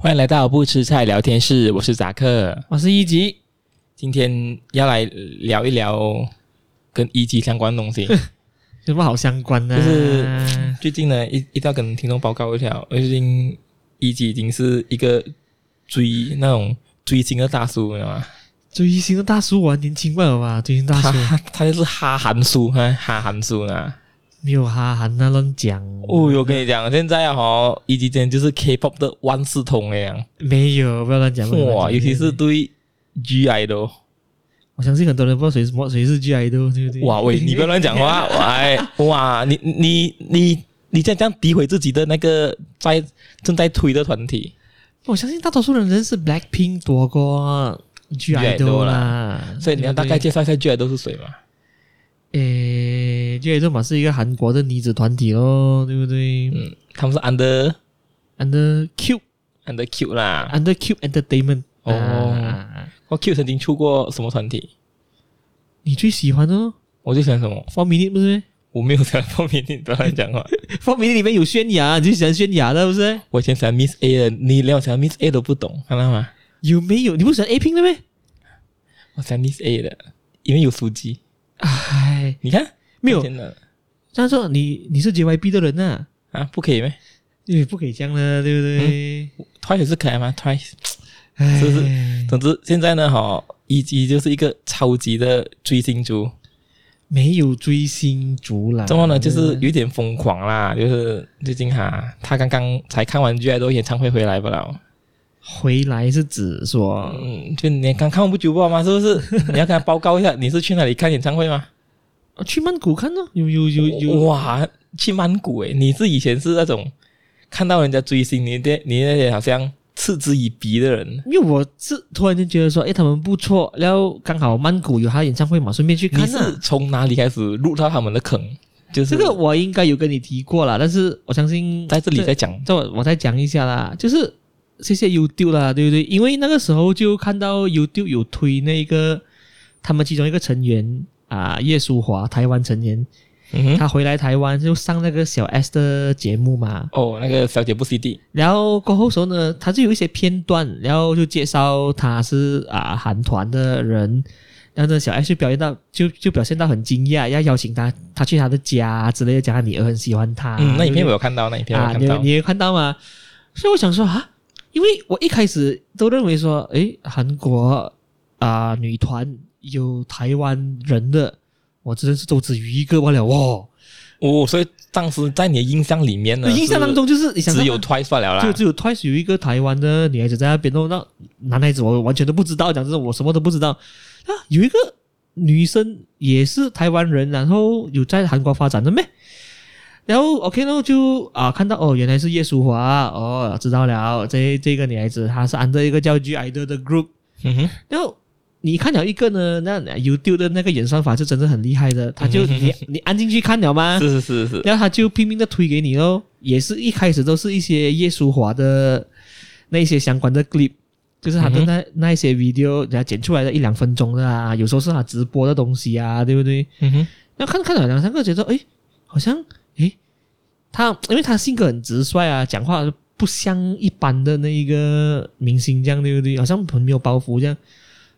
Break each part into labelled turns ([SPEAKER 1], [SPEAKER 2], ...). [SPEAKER 1] 欢迎来到不吃菜聊天室，我是扎克。
[SPEAKER 2] 我是一级，
[SPEAKER 1] 今天要来聊一聊跟一级相关的东 西。
[SPEAKER 2] 有什么好相关呢、
[SPEAKER 1] 就是最近呢，一一定要跟听众报告一下，最近一级已经是一个追那种追星的大叔，你知道吗？
[SPEAKER 2] 追星的大叔，我还啊年轻罢了吧？追星大叔
[SPEAKER 1] 他他就是哈韩叔，哈哈韩叔呢。
[SPEAKER 2] 没有哈韩那乱讲
[SPEAKER 1] 哦，我跟你讲，现在哦，一级真的就是 K-pop 的万事通那样。
[SPEAKER 2] 没有，不要乱讲。不要乱讲
[SPEAKER 1] 哇，尤其是对 G I 的哦。
[SPEAKER 2] 我相信很多人不知道谁是什么谁是 G I 的，对不 对？
[SPEAKER 1] 哇喂，你不要乱讲话，喂， 哇，你你你你这样这样诋毁自己的那个在正在推的团体，
[SPEAKER 2] 我相信大多数人认识 Blackpink 多过 G I 多啦，
[SPEAKER 1] 所以你要大概介绍一下 G I 都是谁嘛？
[SPEAKER 2] 诶，G I 多嘛是一个韩国的女子团体咯，对不对
[SPEAKER 1] 嗯，他们是 Under
[SPEAKER 2] ？Under Cube
[SPEAKER 1] Under Q 啦，
[SPEAKER 2] Under Cube Entertainment
[SPEAKER 1] 哦
[SPEAKER 2] 啊
[SPEAKER 1] 我 Q 曾经出过什么团体？
[SPEAKER 2] 你最喜欢哦
[SPEAKER 1] 我就想什么，
[SPEAKER 2] ？Four Minute 不是咩
[SPEAKER 1] 我没有想方面，你不要乱 讲话。
[SPEAKER 2] ？Four Minute 里面有泫雅，你就喜欢泫雅的不是？
[SPEAKER 1] 我以前喜欢 Miss A 的，你连我喜欢 Miss A 都不懂，看到吗？
[SPEAKER 2] 有没有？你不喜欢 A 拼的咩？
[SPEAKER 1] 我喜欢 Miss A 的，因为有腹肌。
[SPEAKER 2] 唉，
[SPEAKER 1] 你看
[SPEAKER 2] 没有
[SPEAKER 1] 真的
[SPEAKER 2] 他说你你是 JYP 的人呐、啊，
[SPEAKER 1] 啊？不可以咩
[SPEAKER 2] 你不可以这样的，对不对？
[SPEAKER 1] ？Twice 也是可爱吗？Twice
[SPEAKER 2] 唉
[SPEAKER 1] 嗯是不是总之现在呢，哈，一级就是一个超级的追星族，
[SPEAKER 2] 没有追星族啦。
[SPEAKER 1] 怎么呢？就是有点疯狂啦，就是最近哈，他刚刚才看完 G I 多演唱会回来不了，
[SPEAKER 2] 回来是指说，
[SPEAKER 1] 嗯，就你刚看完不久不好吗？是不是？ 你要跟他报告一下，你是去哪里看演唱会吗？
[SPEAKER 2] 啊去曼谷看哦，有有有有，
[SPEAKER 1] 哇，去曼谷诶，你是以前是那种看到人家追星，你那你那点好像嗤之以鼻的人，
[SPEAKER 2] 因为我是突然间觉得说，哎诶，他们不错，然后刚好曼谷有他演唱会嘛，顺便去
[SPEAKER 1] 你
[SPEAKER 2] 看
[SPEAKER 1] 是
[SPEAKER 2] 啊。
[SPEAKER 1] 从哪里开始入到他们的坑？就是
[SPEAKER 2] 这个我应该有跟你提过啦，但是我相信
[SPEAKER 1] 在这里再讲
[SPEAKER 2] 这我我再讲一下啦，就是谢谢 YouTube 啦，对不对？因为那个时候就看到 YouTube 有推那个他们其中一个成员啊，叶淑华，台湾成员，
[SPEAKER 1] 嗯哼，
[SPEAKER 2] 他回来台湾就上那个小 S 的节目嘛，
[SPEAKER 1] 哦，那个小姐不 CD，
[SPEAKER 2] 然后过后时候呢，他就有一些片段，然后就介绍他是啊韩团的人。然后呢，小 S 就表现到就就表现到很惊讶，要邀请他他去他的家之类的，讲他女儿很喜欢他。
[SPEAKER 1] 嗯，那影
[SPEAKER 2] 对
[SPEAKER 1] 片
[SPEAKER 2] 不对
[SPEAKER 1] 我有看到，那影片我
[SPEAKER 2] 啊，
[SPEAKER 1] 有
[SPEAKER 2] 你
[SPEAKER 1] 看到，
[SPEAKER 2] 你也看到吗？所以我想说啊，因为我一开始都认为说，诶，韩国啊、女团有台湾人的，我真的是周子瑜一个罢了哇。
[SPEAKER 1] 哦，所以当时在你的印象里面呢，
[SPEAKER 2] 印象当中就是你
[SPEAKER 1] 是
[SPEAKER 2] 想
[SPEAKER 1] 只
[SPEAKER 2] 看
[SPEAKER 1] 有 Twice 罢了啦，
[SPEAKER 2] 就只有 Twice 有一个台湾的女孩子在那边弄，那男孩子我完全都不知道，讲真的我什么都不知道啊。有一个女生也是台湾人，然后有在韩国发展的咩？然后 OK 呢就啊看到哦原来是叶淑华哦知道了，这这个女孩子她是 under 一个叫 G Idol 的 group，
[SPEAKER 1] 嗯哼，
[SPEAKER 2] 然后你看了一个呢，那 YouTube 的那个演算法是真的很厉害的，他就你你按进去看了吗？
[SPEAKER 1] 是是是是，
[SPEAKER 2] 然后他就拼命的推给你哦，也是一开始都是一些叶舒华的那一些相关的 clip，就是他的那、那一些 video，然后剪出来的一两分钟的啊，有时候是他直播的东西啊，对不对？
[SPEAKER 1] 嗯哼，
[SPEAKER 2] 那看看了两三个，觉得哎，好像哎，他因为他性格很直率啊，讲话不像一般的那一个明星这样，对不对？好像很没有包袱这样，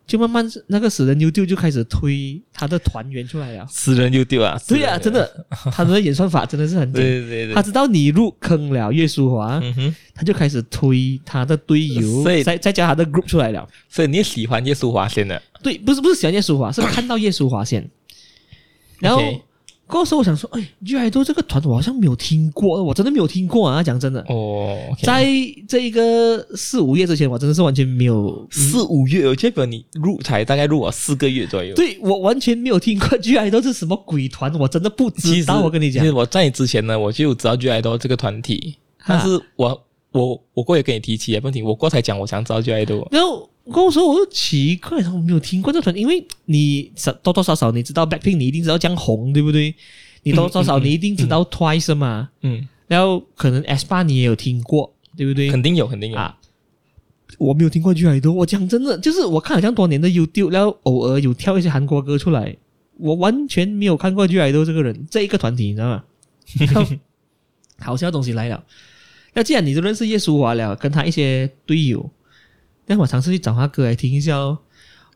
[SPEAKER 2] 就慢慢那个死人 YouTube 就开始推他的团员出来了。
[SPEAKER 1] 死人就丢啊，死
[SPEAKER 2] 对
[SPEAKER 1] 人
[SPEAKER 2] 呀、啊，
[SPEAKER 1] 就
[SPEAKER 2] 真的，啊他们的演算法真的是很
[SPEAKER 1] 丢，
[SPEAKER 2] 精
[SPEAKER 1] 对对对
[SPEAKER 2] 他
[SPEAKER 1] 对，
[SPEAKER 2] 知道你入坑了，叶淑华，
[SPEAKER 1] 嗯哼，
[SPEAKER 2] 他就开始推他的队友
[SPEAKER 1] 所以，
[SPEAKER 2] 再再加他的 group 出来了。
[SPEAKER 1] 所以你也喜欢叶舒华先的，
[SPEAKER 2] 对，不是不是喜欢叶淑华，是看到叶淑华先。然后
[SPEAKER 1] OK
[SPEAKER 2] 那时候我想说，哎，G I 都这个团我好像没有听过，我真的没有听过啊！讲真的，
[SPEAKER 1] 哦，OK，
[SPEAKER 2] 在这一个四五月之前，我真的是完全没有，
[SPEAKER 1] 四五月，我代表你入才大概入我四个月左右，，
[SPEAKER 2] 对我完全没有听过 G I 都是什么鬼团，我真的不
[SPEAKER 1] 其
[SPEAKER 2] 知
[SPEAKER 1] 实
[SPEAKER 2] 道。我跟你讲
[SPEAKER 1] 其实，我在你之前呢，我就知道 G I 多这个团体，但
[SPEAKER 2] 哈
[SPEAKER 1] 是我我我过也跟你提起啊，问题我过才讲我想知道 G I 多，
[SPEAKER 2] 然后跟我说，我就奇怪，我没有听过这团，因为你少多多少少你知道 Blackpink，你一定知道江红，对不对？你多多少少你一定知道 Twice 嘛，
[SPEAKER 1] 嗯，
[SPEAKER 2] 然后可能 S 八你也有听过，对不对？
[SPEAKER 1] 肯定有，肯定有，
[SPEAKER 2] 啊，我没有听过 G I 多，我讲真的，就是我看了这样多年的 YouTube，然后偶尔有跳一些韩国歌出来，我完全没有看过 G I 多这个人这一个团体，你知道吗？然后好笑的东西来了，那那既然你都认识叶舒华了，跟他一些队友，那我尝试去找他歌来听一下哦。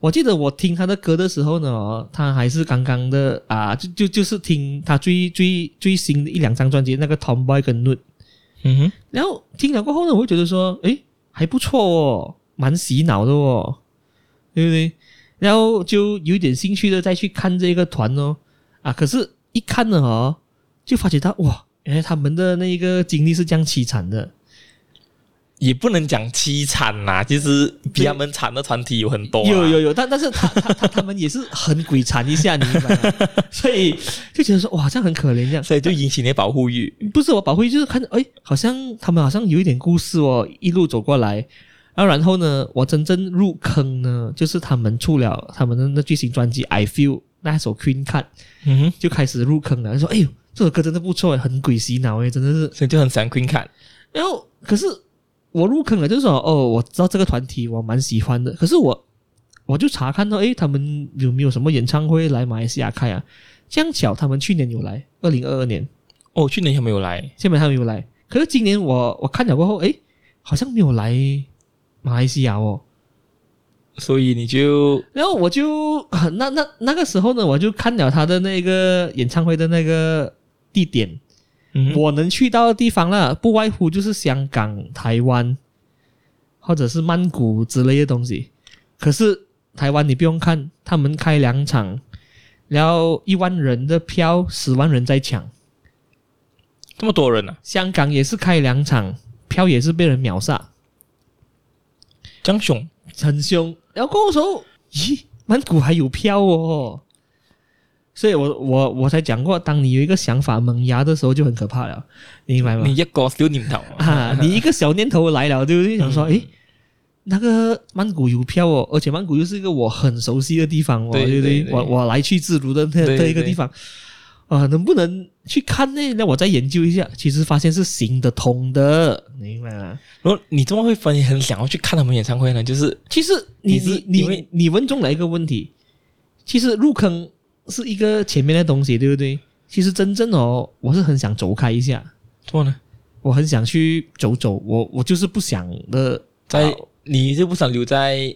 [SPEAKER 2] 我记得我听他的歌的时候呢，哦他还是刚刚的啊，就就就是听他最最最新的一两张专辑那个《Tomboy》跟《Nude》，
[SPEAKER 1] 嗯哼，
[SPEAKER 2] 然后听了过后呢，我会觉得说，诶，还不错哦，蛮洗脑的哦，对不对？然后就有点兴趣的再去看这个团哦，啊，可是一看呢哦，就发觉到哇，原来他们的那个经历是这样凄惨的，
[SPEAKER 1] 也不能讲凄惨啦，其实比他们惨的团体有很多、啊，
[SPEAKER 2] 有有有，但但是他他他他们也是很鬼缠一下，你明白吗？所以就觉得说哇，这样很可怜这样。
[SPEAKER 1] 所以就引起你的保护欲。
[SPEAKER 2] 不是我保护欲，就是看哎，好像他们好像有一点故事哦，一路走过来。然后然后呢，我真正入坑呢，就是他们出了他们的那最新专辑《I Feel》那首 Queen Card
[SPEAKER 1] 嗯哼，
[SPEAKER 2] 就开始入坑了，就说哎呦，这首歌真的不错，很鬼洗脑哎，真的是。
[SPEAKER 1] 所以就很喜欢 Queen 看，
[SPEAKER 2] 然后可是我入坑了，就是说哦，我知道这个团体我蛮喜欢的，可是我我就查看到哎，他们有没有什么演唱会来马来西亚开啊？这样巧，他们去年有来，二零二二年。
[SPEAKER 1] 哦，去年有没有来？
[SPEAKER 2] 现在他们有来，可是今年我我看了过后，诶，好像没有来马来西亚哦。
[SPEAKER 1] 所以你就
[SPEAKER 2] 然后我就那那那个时候呢，我就看了他的那个演唱会的那个地点，
[SPEAKER 1] 嗯哼
[SPEAKER 2] 我能去到的地方啦，不外乎就是香港、台湾，或者是曼谷之类的东西。可是台湾你不用看，他们开两场，然后一万人的票，十万人在抢。
[SPEAKER 1] 这么多人啊，
[SPEAKER 2] 香港也是开两场，票也是被人秒杀。
[SPEAKER 1] 江雄
[SPEAKER 2] 很凶。然后过后时候，咦，曼谷还有票哦。所以我我我才讲过，当你有一个想法萌芽的时候，就很可怕了，你明白吗
[SPEAKER 1] 你？一个小念头
[SPEAKER 2] 啊，你一个小念头来了，对不对？ 想说，
[SPEAKER 1] 嗯
[SPEAKER 2] 诶，那个曼谷有票哦，而且曼谷又是一个我很熟悉的地方哦，
[SPEAKER 1] 对
[SPEAKER 2] 不
[SPEAKER 1] 对对
[SPEAKER 2] 我我来去自如的那
[SPEAKER 1] 对
[SPEAKER 2] 这一个
[SPEAKER 1] 对
[SPEAKER 2] 地方啊，能不能去看呢？那我再研究一下，其实发现是行得通的，你明白吗？
[SPEAKER 1] 然后你怎么会很很想要去看他们演唱会呢？就是
[SPEAKER 2] 其实你
[SPEAKER 1] 你是
[SPEAKER 2] 你你
[SPEAKER 1] 因
[SPEAKER 2] 你
[SPEAKER 1] 为
[SPEAKER 2] 问中了一个问题，其实入坑是一个前面的东西，对不对？其实真正哦，我是很想走开一下，
[SPEAKER 1] 错呢，
[SPEAKER 2] 我很想去走走，我我就是不想的，
[SPEAKER 1] 在
[SPEAKER 2] 好
[SPEAKER 1] 你就不想留在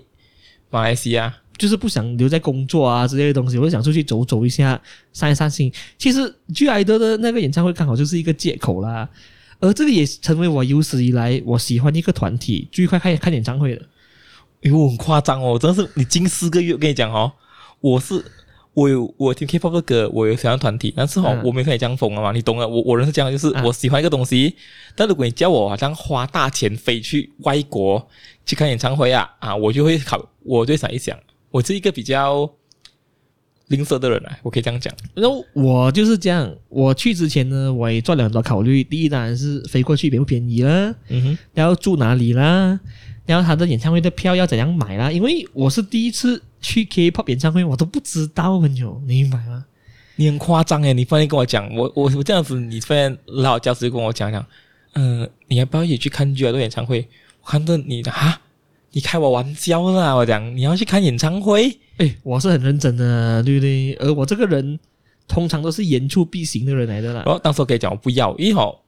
[SPEAKER 1] 马来西亚？
[SPEAKER 2] 就是不想留在工作啊之类的东西，我就想出去走走一下，散一散心。其实 G I 德的那个演唱会刚好就是一个借口啦，而这个也成为我有史以来我喜欢一个团体最快看看演唱会的。
[SPEAKER 1] 哎呦，很夸张哦！真的是你近四个月，我跟你讲哦，我是我有我听 K-pop 的歌，我有喜欢的团体，但是哦，
[SPEAKER 2] 嗯
[SPEAKER 1] 我没有看你这样疯了嘛，你懂了。我我人是这样的，就是
[SPEAKER 2] 嗯
[SPEAKER 1] 我喜欢一个东西，但如果你叫我好像花大钱飞去外国去看演唱会啊啊，我就会考，我就会想一想，我是一个比较吝啬的人啊，我可以这样讲。
[SPEAKER 2] 然后我就是这样，我去之前呢，我也做了很多考虑。第一当然是飞过去便不便宜啦，
[SPEAKER 1] 嗯哼，
[SPEAKER 2] 然后住哪里啦，然后他的演唱会的票要怎样买啦？因为我是第一次去 K-pop 演唱会，我都不知道，朋友，你明白吗？
[SPEAKER 1] 你很夸张欸诶，你突然跟我讲，我我我这样子，你突然老教师跟我讲讲，嗯、你要不要也去看 G I 的演唱会？我看到你啊，你开我玩笑啦！我讲你要去看演唱会，
[SPEAKER 2] 哎，我是很认真的，对不对？而我这个人通常都是言出必行的人来的啦
[SPEAKER 1] 然。后当时我可以讲我不要，因为好，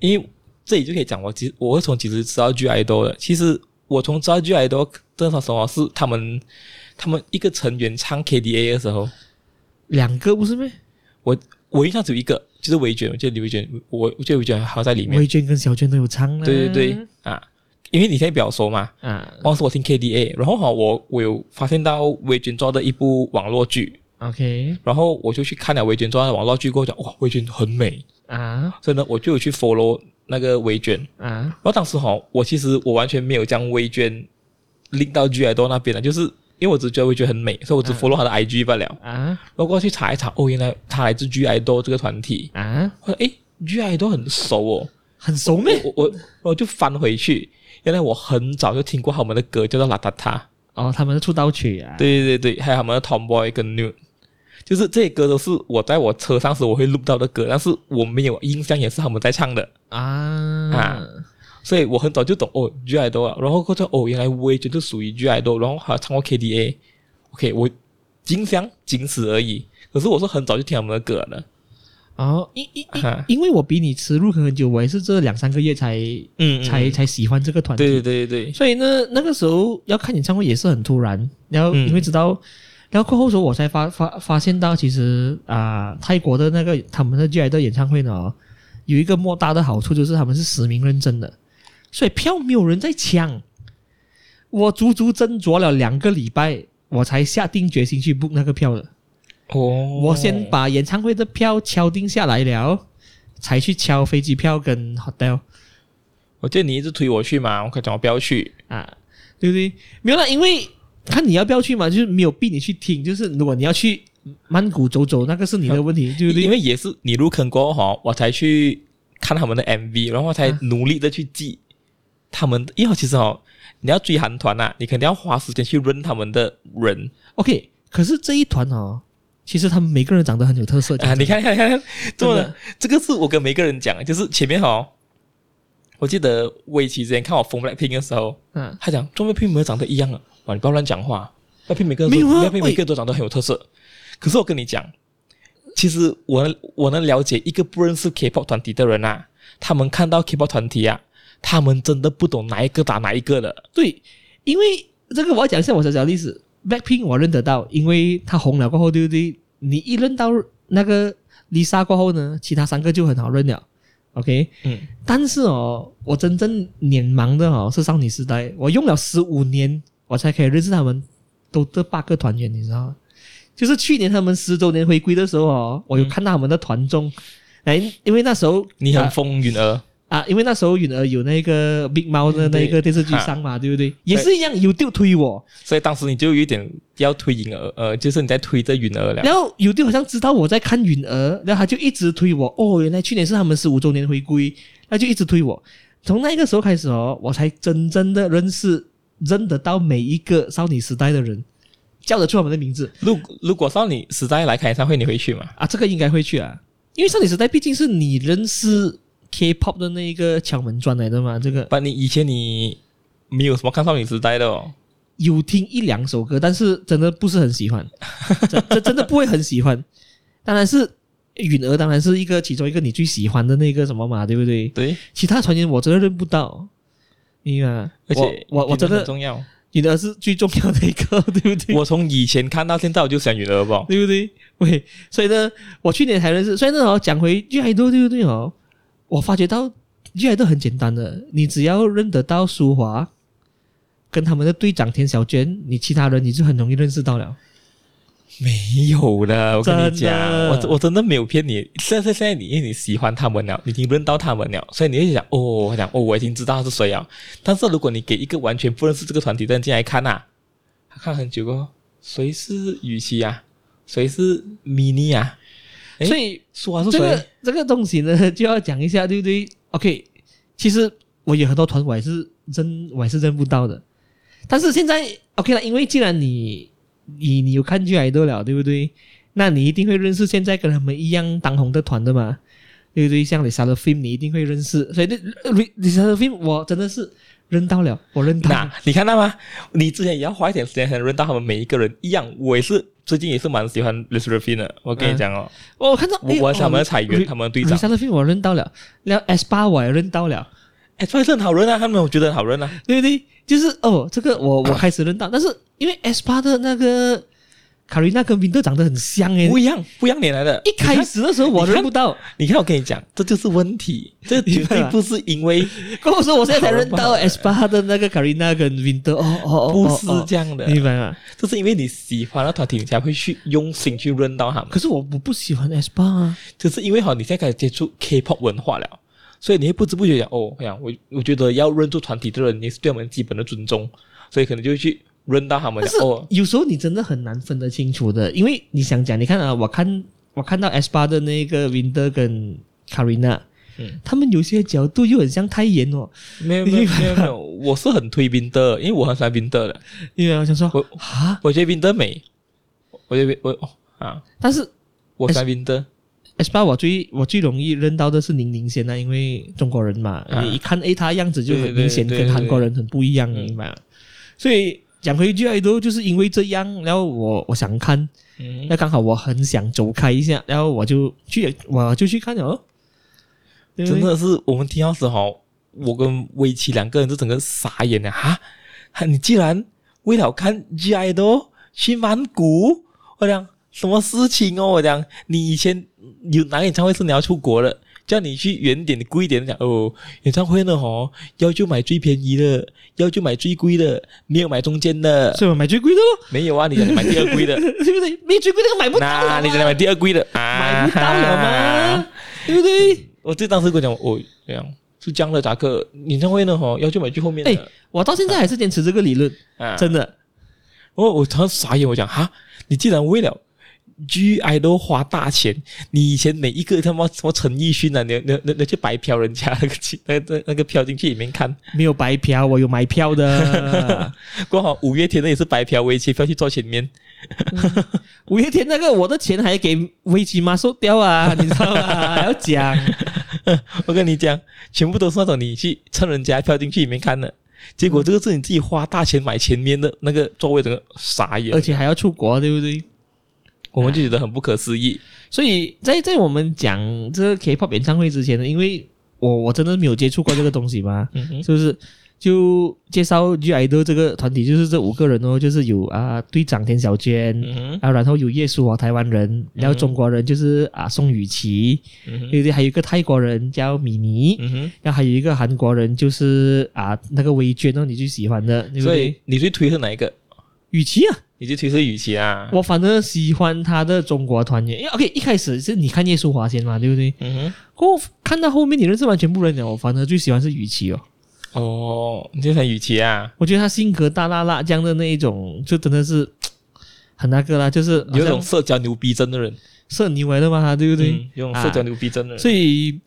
[SPEAKER 1] 因为这里就可以讲我其实我是从几时知道 G I 多的。其实我从知道 G I 多多少时候是他们他们一个成员唱 K D A 的时候，
[SPEAKER 2] 两个不是咩？
[SPEAKER 1] 我印象只有一个，就是维卷，我记得刘维卷，我我记得维卷好像在里面。
[SPEAKER 2] 薇娟跟小娟都有唱啦。
[SPEAKER 1] 对对对啊，因为你现在比较熟嘛。
[SPEAKER 2] 啊
[SPEAKER 1] 当时我听 KDA，然后哈，我我有发现到维娟做的一部网络剧，
[SPEAKER 2] ，OK
[SPEAKER 1] 然后我就去看了维娟做的网络剧，过后讲哇，维娟很美，
[SPEAKER 2] 啊
[SPEAKER 1] 所以呢，我就有去 follow 那个维娟。
[SPEAKER 2] 啊，
[SPEAKER 1] 然后当时哈，我其实我完全没有将维娟拎到 G I 多那边的，就是因为我只觉得维娟很美，所以我只
[SPEAKER 2] 嗯
[SPEAKER 1] follow 她的 IG 罢了。
[SPEAKER 2] 啊
[SPEAKER 1] 然后过去查一查，哦，原来她来自 G I 多这个团体，
[SPEAKER 2] 啊，
[SPEAKER 1] 我说诶 g I 多很熟哦，
[SPEAKER 2] 很熟咩？
[SPEAKER 1] 我我我就翻回去，原来我很早就听过他们的歌，叫做《邋遢遢》。
[SPEAKER 2] 哦，他们的出道曲啊，
[SPEAKER 1] 对对对，还有他们的 Tomboy 跟 New，就是这些歌都是我在我车上时我会录到的歌，但是我没有印象也是他们在唱的，
[SPEAKER 2] 啊
[SPEAKER 1] 啊所以我很早就懂哦 G I 多，然后过后就哦原来我也觉得属于 G I 多，然后还有唱过 K D A。OK，我印象仅此而已。可是我是很早就听他们的歌了，
[SPEAKER 2] 哦，因因因
[SPEAKER 1] 哈
[SPEAKER 2] 因为我比你迟入坑很久，我也是这两三个月才
[SPEAKER 1] 嗯，嗯
[SPEAKER 2] 才
[SPEAKER 1] 嗯
[SPEAKER 2] 才喜欢这个团体。
[SPEAKER 1] 对对对对对，
[SPEAKER 2] 所以呢，那个时候要看演唱会也是很突然，然后
[SPEAKER 1] 嗯
[SPEAKER 2] 因为知道，然后过后时候我才发发发现到，其实啊、泰国的那个他们的 G I 的演唱会呢、有一个莫大的好处就是他们是实名认证的，所以票没有人在抢。我足足斟酌了两个礼拜，我才下定决心去 book 那个票的。
[SPEAKER 1] 哦，
[SPEAKER 2] 我先把演唱会的票敲定下来了，才去敲飞机票跟 hotel。
[SPEAKER 1] 我记得你一直推我去嘛，我可讲我不要去，
[SPEAKER 2] 啊，对不对？没有啦，因为看你要不要去嘛，就是没有逼你去听，就是如果你要去曼谷走走，那个是你的问题，对不
[SPEAKER 1] 因
[SPEAKER 2] 对？
[SPEAKER 1] 为也是你入坑过后哈，我才去看他们的 MV，然后我才
[SPEAKER 2] 啊
[SPEAKER 1] 努力的去记他们的，因为其实哦，你要追韩团呐、啊你肯定要花时间去认他们的人
[SPEAKER 2] OK，可是这一团哦，其实他们每个人长得很有特色
[SPEAKER 1] 啊！你，看看看， 这
[SPEAKER 2] 真
[SPEAKER 1] 么
[SPEAKER 2] 的
[SPEAKER 1] 的，这个是我跟每个人讲，就是前面哦，我记得魏琪之前看我疯 Blackpink 的时候，
[SPEAKER 2] 嗯、啊，
[SPEAKER 1] 他讲中文拼没有长得一样啊，哇，你不要乱讲话。那拼每个人
[SPEAKER 2] 没有啊
[SPEAKER 1] 那拼每个人都长得很有特色。可是我跟你讲，其实我能我能了解一个不认识 K-pop 团体的人啊，他们看到 K-pop 团体啊，他们真的不懂哪一个打哪一个的。
[SPEAKER 2] 对，因为这个我要讲一下我小小的例子，Blackpink 我认得到，因为他红了过后，对不对？你一认到那个 Lisa 过后呢，其他三个就很好认了。OK，
[SPEAKER 1] 嗯，
[SPEAKER 2] 但是哦，我真正脸盲的哦是少女时代，我用了十五年，我才可以认识他们都这八个团员，你知道吗？就是去年他们十周年回归的时候哦，我有看到他们的团综，哎、因为那时候
[SPEAKER 1] 你很
[SPEAKER 2] 啊
[SPEAKER 1] 风云儿，
[SPEAKER 2] 啊因为那时候允儿有那个 Big Mouth 的
[SPEAKER 1] 嗯对
[SPEAKER 2] 那个电视剧
[SPEAKER 1] 哈
[SPEAKER 2] 上嘛，对不对？也是一样，有丢推我，
[SPEAKER 1] 所以当时你就有一点要推云儿，呃，就是你在推着云儿了。
[SPEAKER 2] 然后有的好像知道我在看允儿，然后他就一直推我。哦，原来去年是他们十五周年回归，他就一直推我。从那个时候开始哦，我才真正的认识、认得到每一个少女时代的人，叫得出他们的名字
[SPEAKER 1] 如如果少女时代来开演唱会，你会去吗？
[SPEAKER 2] 啊。这个应该会去啊，因为少女时代毕竟是你认识 K-pop 的那一个敲门砖来的嘛。这个
[SPEAKER 1] 把你以前你没有什么看少女时代的哦。
[SPEAKER 2] 有听一两首歌，但是真的不是很喜欢， 真真真的不会很喜欢。当然是允儿，当然是一个其中一个你最喜欢的那个什么嘛，对不对？
[SPEAKER 1] 对，
[SPEAKER 2] 其他团员我真的认不到，你啊，
[SPEAKER 1] 而且
[SPEAKER 2] 我我我真
[SPEAKER 1] 很
[SPEAKER 2] 的
[SPEAKER 1] 重要。
[SPEAKER 2] 你的是最重要的一个，对不对？
[SPEAKER 1] 我从以前看到现在，我就想云儿吧。
[SPEAKER 2] 对不对？喂，所以呢，我去年才认识，所以呢，哦，讲回 G I 豆，对不对哦？我发觉到 G I 豆很简单的，你只要认得到舒华跟他们的队长田小娟，你其他人你就很容易认识到了。
[SPEAKER 1] 没有的，我跟你
[SPEAKER 2] 真
[SPEAKER 1] 讲，
[SPEAKER 2] 的
[SPEAKER 1] 我我真的没有骗你。现在现在你因为你喜欢他们了，你已经认到他们了，所以你会想哦，我想哦，我已经知道他是谁了。但是如果你给一个完全不认识这个团体的人进来看啊，他看很久哦，谁是雨琦啊？谁是 mini 啊？诶
[SPEAKER 2] 所以
[SPEAKER 1] 说啊是
[SPEAKER 2] 这
[SPEAKER 1] 谁？
[SPEAKER 2] 个这个东西呢，就要讲一下，对不对？OK，其实我有很多团我也是认我也是认不到的，但是现在 OK 了，因为既然你你你有看剧来得了，对不对？那你一定会认识现在跟他们一样当红的团的嘛，对不对？像 Lisa 的 film 你一定会认识，所以呃那 Lisa 的 film 我真的是认到了，我认到了
[SPEAKER 1] 那你看到吗？你之前也要花一点时间才能认到他们每一个人一样。我也是最近也是蛮喜欢 l i s r a f i n 的，我跟你讲哦，
[SPEAKER 2] 我看到哦
[SPEAKER 1] 我哦我是他们的彩员，他们的队长。
[SPEAKER 2] ，Lisa 的 film 我认到了，然后 S 八我也认到了。
[SPEAKER 1] 哎，所以是很好认啊，他们我觉得很好认啊。
[SPEAKER 2] 对对，就是哦，这个我我开始认到，但是因为 S 八的那个卡瑞娜跟宾特长得很像诶，
[SPEAKER 1] 不一样，不一样脸来的。
[SPEAKER 2] 一开始的时候我认不到，
[SPEAKER 1] 你看，你看我跟你讲，这就是问 题，这绝对不是因为
[SPEAKER 2] 跟我 说我现在才认
[SPEAKER 1] 好
[SPEAKER 2] 到
[SPEAKER 1] 了吧
[SPEAKER 2] S 八的那个卡瑞娜跟宾特，哦哦哦，
[SPEAKER 1] 不
[SPEAKER 2] 哦
[SPEAKER 1] 是
[SPEAKER 2] 哦
[SPEAKER 1] 这样的，
[SPEAKER 2] 明白吗？
[SPEAKER 1] 这是因为你喜欢的团体，你才会去用心去认到他们。
[SPEAKER 2] 可是我我不喜欢 S 八啊，
[SPEAKER 1] 就是因为哈，你现在开始接触 K-pop 文化了，所以你会不知不觉讲哦，哎呀，我我觉得要认出团体的人，你是对他们基本的尊重，所以可能就会去认到他们
[SPEAKER 2] 但
[SPEAKER 1] 了。
[SPEAKER 2] 是
[SPEAKER 1] 哦，
[SPEAKER 2] 有时候你真的很难分得清楚的，因为你想讲，你看啊，我看我看到 S 八的那个宾特跟卡瑞娜，
[SPEAKER 1] 嗯
[SPEAKER 2] 他们有些角度又很像泰妍哦，
[SPEAKER 1] 没有没有没有没有，我是很推宾的，因为我很喜欢宾的的，
[SPEAKER 2] 因为我想说
[SPEAKER 1] 我
[SPEAKER 2] 啊，
[SPEAKER 1] 我觉得宾的美，我觉得我哦啊，
[SPEAKER 2] 但是
[SPEAKER 1] 我
[SPEAKER 2] 哎
[SPEAKER 1] 喜欢宾的。
[SPEAKER 2] S 八我最我最容易认到的是宁宁先啦，啊因为中国人嘛，
[SPEAKER 1] 啊
[SPEAKER 2] 你一看诶，他样子就很
[SPEAKER 1] 对对
[SPEAKER 2] 明显
[SPEAKER 1] 对
[SPEAKER 2] 跟
[SPEAKER 1] 对
[SPEAKER 2] 韩国人很不一样，
[SPEAKER 1] 嗯
[SPEAKER 2] 明白吗？所以讲回一句爱啊豆，就是因为这样，然后我我想看，
[SPEAKER 1] 嗯，
[SPEAKER 2] 那刚好我很想走开一下，然后我就去我就去看了咯，对不
[SPEAKER 1] 真
[SPEAKER 2] 对
[SPEAKER 1] 的是我们听到时候，我跟威奇两个人就整个傻眼了哈！哈你竟然为了看 G I 的去曼谷，我讲什么事情哦？我讲你以前有哪个演唱会是你要出国的？叫你去远点、贵一点讲哦，演唱会呢哦，要就买最便宜的，要就买最贵的，没有买中间的，
[SPEAKER 2] 所以我买最贵的咯，
[SPEAKER 1] 没有啊，你讲你买第二贵的，
[SPEAKER 2] 对不对？没最贵那个买 不到了
[SPEAKER 1] 那
[SPEAKER 2] 嘛
[SPEAKER 1] 你讲你买第二贵的，啊
[SPEAKER 2] 买不到了嘛，对不对？
[SPEAKER 1] 我这当时跟我讲，我这样是江的达克演唱会呢，吼，要去买去后面的。
[SPEAKER 2] 哎我到现在还是坚持这个理论，
[SPEAKER 1] 啊，
[SPEAKER 2] 真的。
[SPEAKER 1] 我我常常傻眼，我讲哈，你竟然为了 G I 都花大钱，你以前每一个他妈什么陈奕迅啊，你你你你去白嫖人家那个去那那那个嫖进去里面看，
[SPEAKER 2] 没有白嫖，我有买票的。
[SPEAKER 1] 刚好五月天的也是白嫖，围棋票去坐前面，
[SPEAKER 2] 五月天那个，我的钱还给威奇妈收 掉啊，你知道吗？还要讲，
[SPEAKER 1] 我跟你讲，全部都是那种你去蹭人家票进去里面看的。结果这个是你自己花大钱买前面的那个座位，整个傻眼
[SPEAKER 2] 而，且还要出国，对不对？
[SPEAKER 1] 我们就觉得很不可思议。
[SPEAKER 2] 所以在在我们讲这个 K-pop 演唱会之前呢，因为我我真的没有接触过这个东西嘛，
[SPEAKER 1] 嗯哼，
[SPEAKER 2] 是不是？就介绍 G I 的这个团体，就是这五个人哦，就是有啊队长田小娟，
[SPEAKER 1] 嗯哼，
[SPEAKER 2] 啊，然后有叶舒华台湾人，然后中国人就是啊宋雨琦，
[SPEAKER 1] 嗯哼。
[SPEAKER 2] 对不对？还有一个泰国人叫米妮，
[SPEAKER 1] 嗯哼，
[SPEAKER 2] 然后还有一个韩国人就是啊那个微娟哦，你最喜欢的，对不
[SPEAKER 1] 所
[SPEAKER 2] 对？
[SPEAKER 1] 以你最推是哪一个？
[SPEAKER 2] 雨琦啊，
[SPEAKER 1] 你最推是雨琦啊？
[SPEAKER 2] 我反正喜欢他的中国团员，因为 OK 一开始是你看叶舒华先嘛，对不对？
[SPEAKER 1] 嗯
[SPEAKER 2] 过后看到后面你认识完全部人了，我反而最喜欢是雨琦哦，
[SPEAKER 1] 哼，哦，你就选雨琦啊？
[SPEAKER 2] 我觉得他性格大辣辣这样的那一种，就真的是很那个啦，就是好
[SPEAKER 1] 有那
[SPEAKER 2] 像
[SPEAKER 1] 种社交牛逼症的人，
[SPEAKER 2] 社牛来的嘛，他对不对？
[SPEAKER 1] 嗯有那种社交牛逼症的人。
[SPEAKER 2] 所以，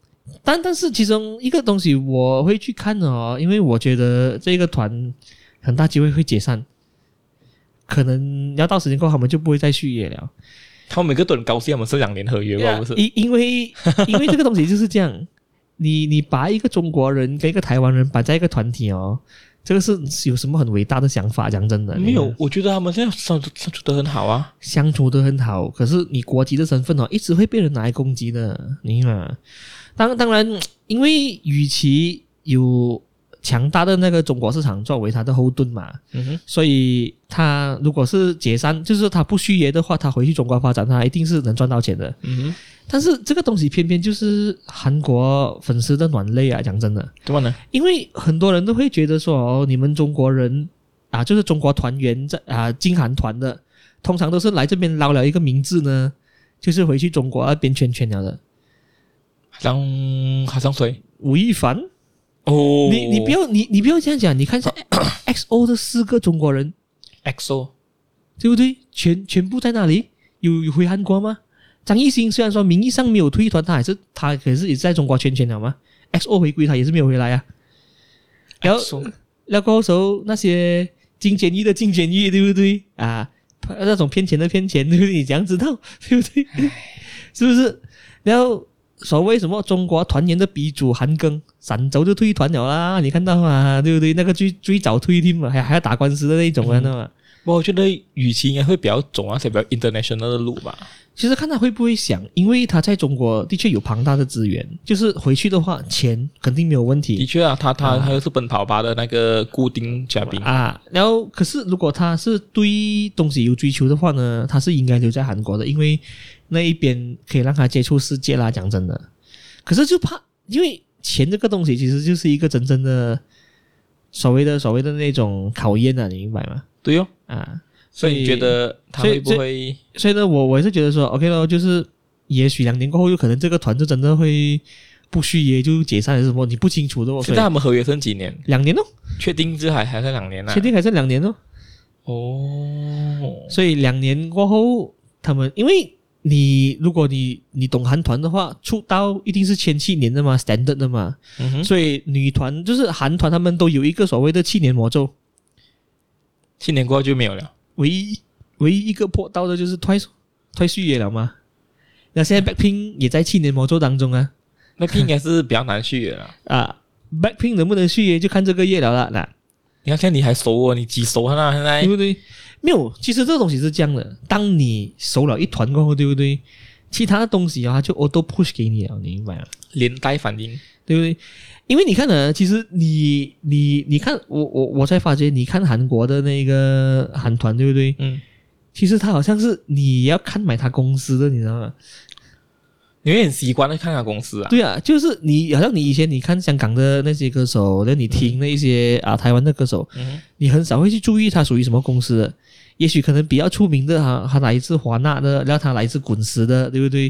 [SPEAKER 2] 但但是其中一个东西我会去看的哦，因为我觉得这个团很大机会会解散，可能要到时间过后他们就不会再续约了。
[SPEAKER 1] 他们每个都很高兴，他们是两年合约吧？不是？
[SPEAKER 2] 因 因为因为这个东西就是这样，你你把一个中国人跟一个台湾人摆在一个团体哦，这个是有什么很伟大的想法？讲真的，
[SPEAKER 1] 没
[SPEAKER 2] 你
[SPEAKER 1] 有，我觉得他们现在相处相处的很好啊。
[SPEAKER 2] 相处的很好，可是你国籍的身份哦，一直会被人拿来攻击的，你明白吗？当当然，因为与其有强大的那个中国市场作为它的后盾嘛，
[SPEAKER 1] 嗯哼，
[SPEAKER 2] 所以他如果是解散，就是他不续约的话，他回去中国发展，他一定是能赚到钱的。
[SPEAKER 1] 嗯哼，
[SPEAKER 2] 但是这个东西偏偏就是韩国粉丝的软肋啊！讲真的，
[SPEAKER 1] 怎么呢？
[SPEAKER 2] 因为很多人都会觉得说，哦，你们中国人啊，就是中国团员在啊，进韩团的，通常都是来这边捞了一个名字呢，就是回去中国那边圈圈了的。
[SPEAKER 1] 好像好像谁？
[SPEAKER 2] 吴亦凡，
[SPEAKER 1] 哦，
[SPEAKER 2] 你你不要你你不要这样讲，你看一下 XO 的四个中国人，
[SPEAKER 1] XO，
[SPEAKER 2] 对不对？全全部在那里，有有回韩国吗？张艺兴虽然说名义上没有退团，他还是他可是也在中国圈圈了吗？XO 回归他也是没有回来啊。然后
[SPEAKER 1] XO
[SPEAKER 2] 那过后时候那些金简易的金简易，对不对啊？那种骗钱的骗钱，对不对？你怎样知道， 对不对？是不是？然后所谓什么中国团员的鼻祖韩庚，闪走就退团了啦，你看到嘛，对不对？那个最最早退팀嘛，还还要打官司的那一种人的嘛。
[SPEAKER 1] 我觉得雨琦应该会比较走那些比较 international 的路吧。
[SPEAKER 2] 其实看他会不会想，因为他在中国的确有庞大的资源，就是回去的话，钱肯定没有问
[SPEAKER 1] 的
[SPEAKER 2] 题
[SPEAKER 1] 确啊，他他
[SPEAKER 2] 啊
[SPEAKER 1] 他又是奔跑吧的那个固定嘉宾。
[SPEAKER 2] 啊。然后，可是如果他是对东西有追求的话呢，他是应该留在韩国的，因为那一边可以让他接触世界啦。讲真的，可是就怕，因为钱这个东西其实就是一个真正的所谓的所谓的那种考验啊，你明白吗？
[SPEAKER 1] 对哦，
[SPEAKER 2] 啊，
[SPEAKER 1] 所以你觉得他会不
[SPEAKER 2] 所
[SPEAKER 1] 会？
[SPEAKER 2] 所以呢，我我也是觉得说，OK 咯，就是也许两年过后，有可能这个团就真的会不续约就解散还是什么，你不清楚的哦。所
[SPEAKER 1] 现
[SPEAKER 2] 以
[SPEAKER 1] 在他们合约剩几年？
[SPEAKER 2] 两年哦，
[SPEAKER 1] 确定这还还剩两年啊？
[SPEAKER 2] 确定还是两年哦。
[SPEAKER 1] 哦，
[SPEAKER 2] 所以两年过后，他们因为你如果你你懂韩团的话，出道一定是前七年的嘛，standard 的嘛。
[SPEAKER 1] 嗯哼，
[SPEAKER 2] 所以女团就是韩团，他们都有一个所谓的七年魔咒，
[SPEAKER 1] 七年过后就没有了。
[SPEAKER 2] 唯一唯一一个破到的就是 Twice Twice 续约了嘛。那现在 Blackpink 也在七年魔咒当中啊。
[SPEAKER 1] 那 P 应该是比较难续约了。
[SPEAKER 2] 啊，Blackpink 能不能续约就看这个月了啦。那
[SPEAKER 1] 你看现在你还熟哦，你几熟啊？现在
[SPEAKER 2] 对不对？没有，其实这个东西是这样的，当你熟了一团过后，对不对？其他的东西啊，它就 auto push 给你了，你明白吗？
[SPEAKER 1] 连带反应，
[SPEAKER 2] 对不对？因为你看呢，其实你你你看我我我才发觉，你看韩国的那个韩团，对不对？
[SPEAKER 1] 嗯，
[SPEAKER 2] 其实他好像是你要看买他公司的，你知道吗？
[SPEAKER 1] 你会很习惯的看他公司啊。
[SPEAKER 2] 对啊，就是你好像你以前你看香港的那些歌手，那你听那一些啊台湾的歌手，
[SPEAKER 1] 嗯
[SPEAKER 2] 你很少会去注意他属于什么公司的。也许可能比较出名的，他他来自华纳的，然后他来自滚石的，对不对？